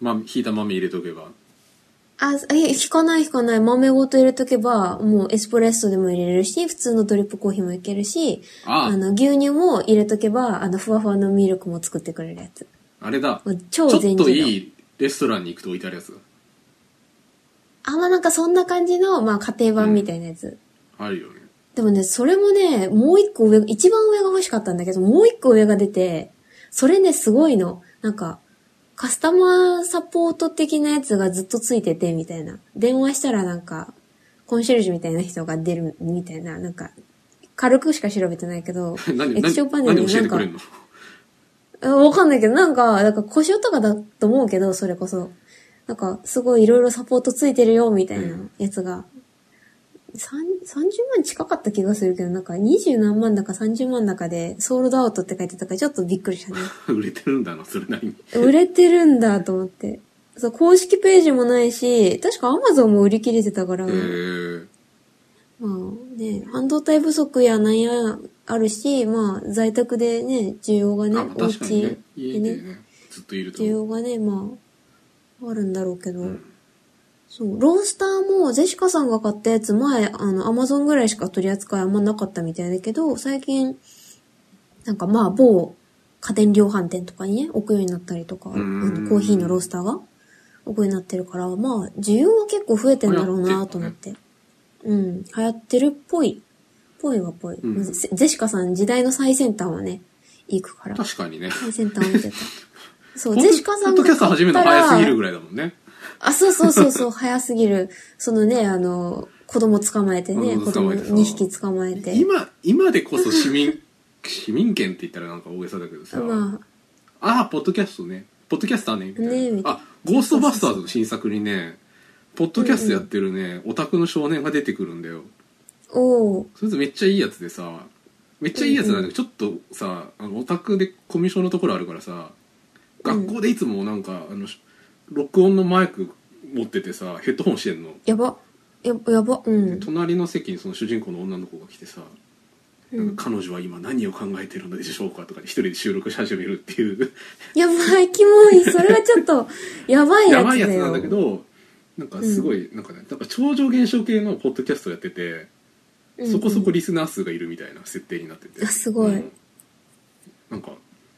Speaker 1: ま、引いた豆入れとけば。
Speaker 2: あ、いや、引かない引かない。豆ごと入れとけば、もうエスプレッソでも入れるし、普通のドリップコーヒーもいけるし、あ
Speaker 1: あ
Speaker 2: の、牛乳も入れとけば、あの、ふわふわのミルクも作ってくれるやつ。
Speaker 1: あ、あれだ。
Speaker 2: もう
Speaker 1: ちょ
Speaker 2: 超全
Speaker 1: っ
Speaker 2: 自動。
Speaker 1: といいレストランに行くと置いてあるやつ
Speaker 2: あ、まあ、なんかそんな感じの、まあ、家庭版みたいなやつ。
Speaker 1: があるよね。、
Speaker 2: でもね、それもね、もう一個上、一番上が欲しかったんだけど、もう一個上が出て、それね、すごいの。なんか、カスタマーサポート的なやつがずっとついてて、みたいな。電話したらなんか、コンシェルジュみたいな人が出る、みたいな、なんか、軽くしか調べてないけど
Speaker 1: 何、
Speaker 2: 液晶パ
Speaker 1: 何、
Speaker 2: ネル
Speaker 1: 何
Speaker 2: に
Speaker 1: 教
Speaker 2: な
Speaker 1: え
Speaker 2: ん
Speaker 1: て
Speaker 2: か
Speaker 1: くれ、んの
Speaker 2: うんわかんないけど、なんか、なんか故障とかだと思うけど、それこそ。なんか、すごいいろいろサポートついてるよ、みたいなやつが。三30万近かった気がするけど、なんか20何万だか30万だかで、ソールドアウトって書いてたから、ちょっとびっく りしたね。
Speaker 1: 売れてるんだな、それなりに。
Speaker 2: 売れてるんだ、と思って。そう、公式ページもないし、確か Amazon も売り切れてたから、
Speaker 1: えー、
Speaker 2: まあね、半導体不足やなんやあるし、まあ在宅でね、需要がね、
Speaker 1: あ、まあ
Speaker 2: お
Speaker 1: 確かに
Speaker 2: 家
Speaker 1: ね。家でね、ずっといると
Speaker 2: 需
Speaker 1: 思う。
Speaker 2: 要がね、まあ、あるんだろうけど、
Speaker 1: うん
Speaker 2: そう、ロースターも、ゼシカさんが買ったやつ、前、あの、アマゾンぐらいしか取り扱いあんまなかったみたいだけど、最近、なんかまあ、某家電量販店とかにね、置くようになったりとか、あ
Speaker 1: ん
Speaker 2: のコーヒーのロースターが置くようになってるから、まあ、需要は結構増えてんだろうなと思って。うん、流行ってるっぽい。ぽいはぽい。
Speaker 1: うん
Speaker 2: ゼゼシカさん時代の最先端をね、行くから。
Speaker 1: 確かにね。
Speaker 2: 最先端 を見てた。そう、
Speaker 1: ポ
Speaker 2: ゼシカさ
Speaker 1: ッ
Speaker 2: ん
Speaker 1: ド
Speaker 2: が
Speaker 1: キ
Speaker 2: 買
Speaker 1: ャ
Speaker 2: っ
Speaker 1: ス
Speaker 2: た
Speaker 1: ト
Speaker 2: ら。
Speaker 1: 始めるの早すぎるぐらいだもんね。
Speaker 2: あ、そうそうそうそう、早すぎる。そのね、あの、子供捕まえてね、子
Speaker 1: 子供
Speaker 2: 供
Speaker 1: 捕まえて
Speaker 2: 2匹捕まえて。
Speaker 1: 今、今でこそ市民、 市民権って言ったらなんか大げさだけどさ。
Speaker 2: まあ、
Speaker 1: ああ、ポッドキャストね。ポッドキャスターね。みたいな
Speaker 2: ねえみたい
Speaker 1: あ、ゴーストバスターズの新作にね、ポッドキャストやってるね、オタクの少年が出てくるんだよ。
Speaker 2: おう
Speaker 1: それめっちゃいいやつでさ、めっちゃいいやつなんだけど、ちょっとさ、あのオタクでコミュ障のところあるからさ、学校でいつもなんか、あの、録音のマイク持っててさ、ヘッドホンしてんの。
Speaker 2: やば、やば、やば、うん。
Speaker 1: 隣の席にその主人公の女の子が来てさ、
Speaker 2: うん
Speaker 1: なんか彼女は今何を考えてるのでしょうかとかで一人で収録し始めるっていう
Speaker 2: やばい、キモい。それはちょ っと、やばいや
Speaker 1: や
Speaker 2: つだ
Speaker 1: ばい
Speaker 2: よ。
Speaker 1: やつなんだけどなんかすごい、なんかねなんか超常現象系のポッドキャストやってて、
Speaker 2: うんうん
Speaker 1: そこそこリスナー数がいるみたいな設定になってて
Speaker 2: あすごい
Speaker 1: うんなんか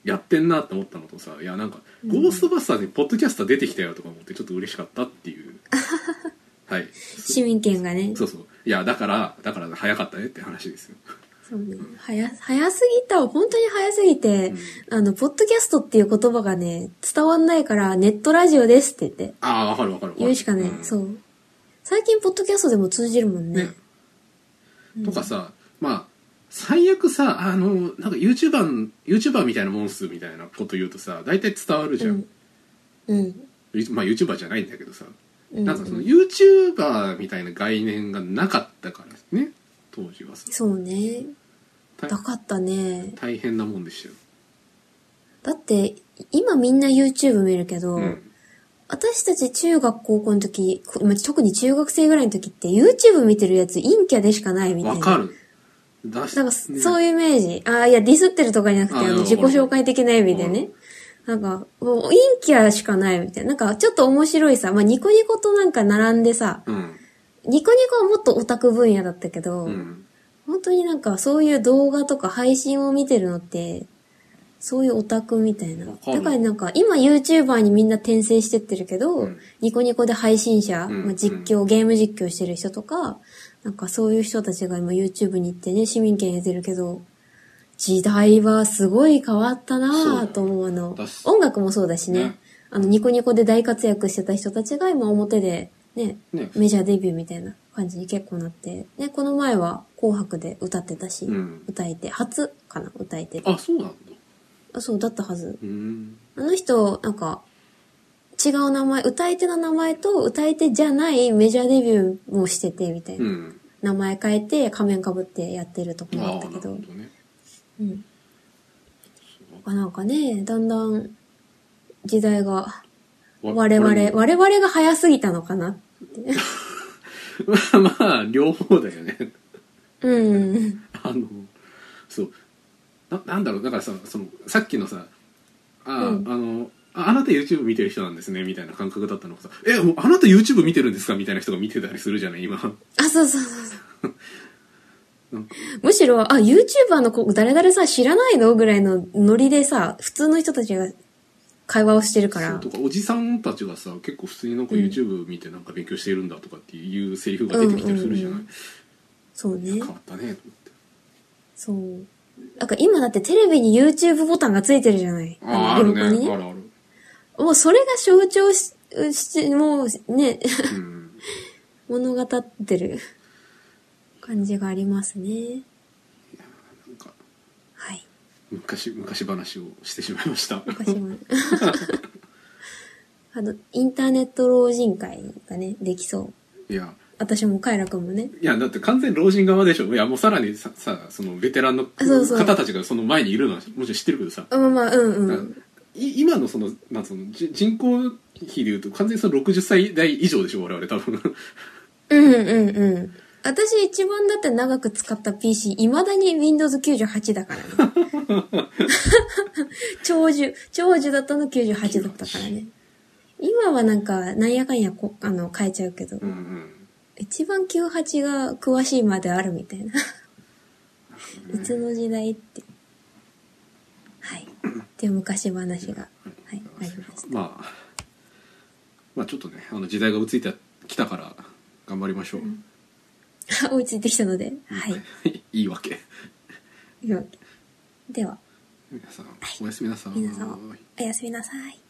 Speaker 1: やってんなって思ったのとさいやなんか「ゴーストバスターズ」にポッドキャスター出てきたよとか思ってちょっと嬉しかったっていう はい
Speaker 2: 市民権がね。
Speaker 1: そうそういやだからだから早かったねって話ですよ
Speaker 2: そうね。早、早すぎた。本当に早すぎて、あの、ポッドキャストっていう言葉がね、伝わんないから、ネットラジオですって言って、
Speaker 1: ああわかるわかるわかる
Speaker 2: 言うしかね、
Speaker 1: ん
Speaker 2: そう。最近、ポッドキャストでも通じるもんね。
Speaker 1: ねとかさまあ最悪さあのなんか YouTuber, YouTuber みたいなモンスみたいなこと言うとさ大体伝わるじゃん、
Speaker 2: うん。
Speaker 1: まあ YouTuber じゃないんだけどさ、
Speaker 2: うん。
Speaker 1: なんかその
Speaker 2: うん
Speaker 1: YouTuber みたいな概念がなかったからね当時はさ
Speaker 2: そうね。
Speaker 1: 大
Speaker 2: なかったね。
Speaker 1: 大変なもんでしたよ、
Speaker 2: だって、今みんな YouTube 見るけど、
Speaker 1: うん、
Speaker 2: 私たち中学高校の時、こまあ特に中学生ぐらいの時って YouTube 見てるやつ陰キャでしかないみたい
Speaker 1: わ
Speaker 2: な。
Speaker 1: かるだし
Speaker 2: なんか、そ
Speaker 1: う
Speaker 2: ういうイメージ。ああ、いや、ディスってるとかじゃなくて、
Speaker 1: あ
Speaker 2: あ
Speaker 1: ー
Speaker 2: の、
Speaker 1: わか
Speaker 2: 自
Speaker 1: る
Speaker 2: 己紹介的な意味でね。なんか、もう、陰キャしかないみたいな。なんか、ちょっと面白いさ、まあ、ニコニコとなんか並んでさ、
Speaker 1: うん
Speaker 2: ニコニコはもっとオタク分野だったけど、
Speaker 1: うん
Speaker 2: 本当になんか、そういう動画とか配信を見てるのって、そういうオタクみたいな。
Speaker 1: わ
Speaker 2: だ
Speaker 1: かる
Speaker 2: からなんか、今 YouTuber にみんな転生してってるけど、
Speaker 1: うん
Speaker 2: ニコニコで配信者、
Speaker 1: うん
Speaker 2: まあ、実況、ゲーム実況してる人とか、なんかそういう人たちが今 YouTube に行ってね、市民権得てるけど、時代はすごい変わったなぁと思う。あの
Speaker 1: だし、
Speaker 2: 音楽もそうだしね
Speaker 1: ね
Speaker 2: あの、ニコニコで大活躍してた人たちが今表でね、
Speaker 1: ね
Speaker 2: メジャーデビューみたいな感じに結構なって、ね、この前は紅白で歌ってたし、
Speaker 1: うん
Speaker 2: 歌えて、初かな、歌えて。
Speaker 1: あそうなんだ
Speaker 2: あそうだったはず。
Speaker 1: うん
Speaker 2: あの人、なんか、違う名前、歌い手の名前と歌い手じゃないメジャーデビューもしてて、みたいな。
Speaker 1: うん
Speaker 2: 名前変えて、仮面被ってやってるとこも
Speaker 1: ああ
Speaker 2: あ
Speaker 1: な
Speaker 2: った
Speaker 1: る
Speaker 2: け
Speaker 1: ほど
Speaker 2: ど。
Speaker 1: ね
Speaker 2: うん。
Speaker 1: そう
Speaker 2: あなんかね、だんだん、時代が、
Speaker 1: わ
Speaker 2: 我々、
Speaker 1: 俺も
Speaker 2: 我々が早すぎたのかな。
Speaker 1: ま あまあ両方だよね
Speaker 2: うん。
Speaker 1: あのそうななんだろうだからさそのさっきのさ「あ,、
Speaker 2: うん
Speaker 1: あのああなた YouTube 見てる人なんですね」みたいな感覚だったのがさ「えもうあなた YouTube 見てるんですか?」みたいな人が見てたりするじゃない今
Speaker 2: あ、そうそうそうそう
Speaker 1: なんか
Speaker 2: むしろ、あ、YouTuber の子、誰々さ、知らないのぐらいのノリでさ、普通の人たちが会話をしてるか
Speaker 1: そう
Speaker 2: ら
Speaker 1: と。かおじさんたちがさ結構普通になんか
Speaker 2: うん
Speaker 1: YouTube 見てなんか勉強してるんだとかっていうセリフが出てきたりするじゃない、
Speaker 2: うんそうね
Speaker 1: 変。わったねと思って
Speaker 2: そう。なんか今だってテレビに YouTube ボタンがついてるじゃない
Speaker 1: ああ
Speaker 2: リ
Speaker 1: る
Speaker 2: モ
Speaker 1: ね
Speaker 2: コンに
Speaker 1: あるある
Speaker 2: もうそれが象徴し、して、もうね、
Speaker 1: うん
Speaker 2: 物語ってる感じがありますね。
Speaker 1: なんか
Speaker 2: はい。
Speaker 1: 昔昔話をしてしまいました
Speaker 2: 昔 も。あの、インターネット老人会がね、できそう。
Speaker 1: いや
Speaker 2: 私もカイラ君もね。
Speaker 1: いやだって完全老人側でしょいやもうさらにささそのベテランの
Speaker 2: そうそう
Speaker 1: 方たちがその前にいるのはもちろん知ってるけどさ、
Speaker 2: あまあまあ、うんう
Speaker 1: だ
Speaker 2: ん。
Speaker 1: い今のそのなんそのじ人口比でいうと完全にその60歳代以上でしょ我々多 分
Speaker 2: うんうんうん。私一番だって長く使った PC、未だに Windows 98だからね。 長寿、長寿だったの98だったからね。今はなんか、なんやかんやこあの変えちゃうけど、
Speaker 1: うんうん
Speaker 2: 一番98が詳しいまであるみたいな。いつの時代って。はい。っていう昔話が、はい、ありました。
Speaker 1: まあまあちょっとねあの時代が追いついてきたから頑張りましょう、
Speaker 2: 追いついてきたの で、はい。
Speaker 1: いいわけ
Speaker 2: いいわけでは、
Speaker 1: 皆さんおやすみなさい
Speaker 2: 皆さん、おやすみなさい。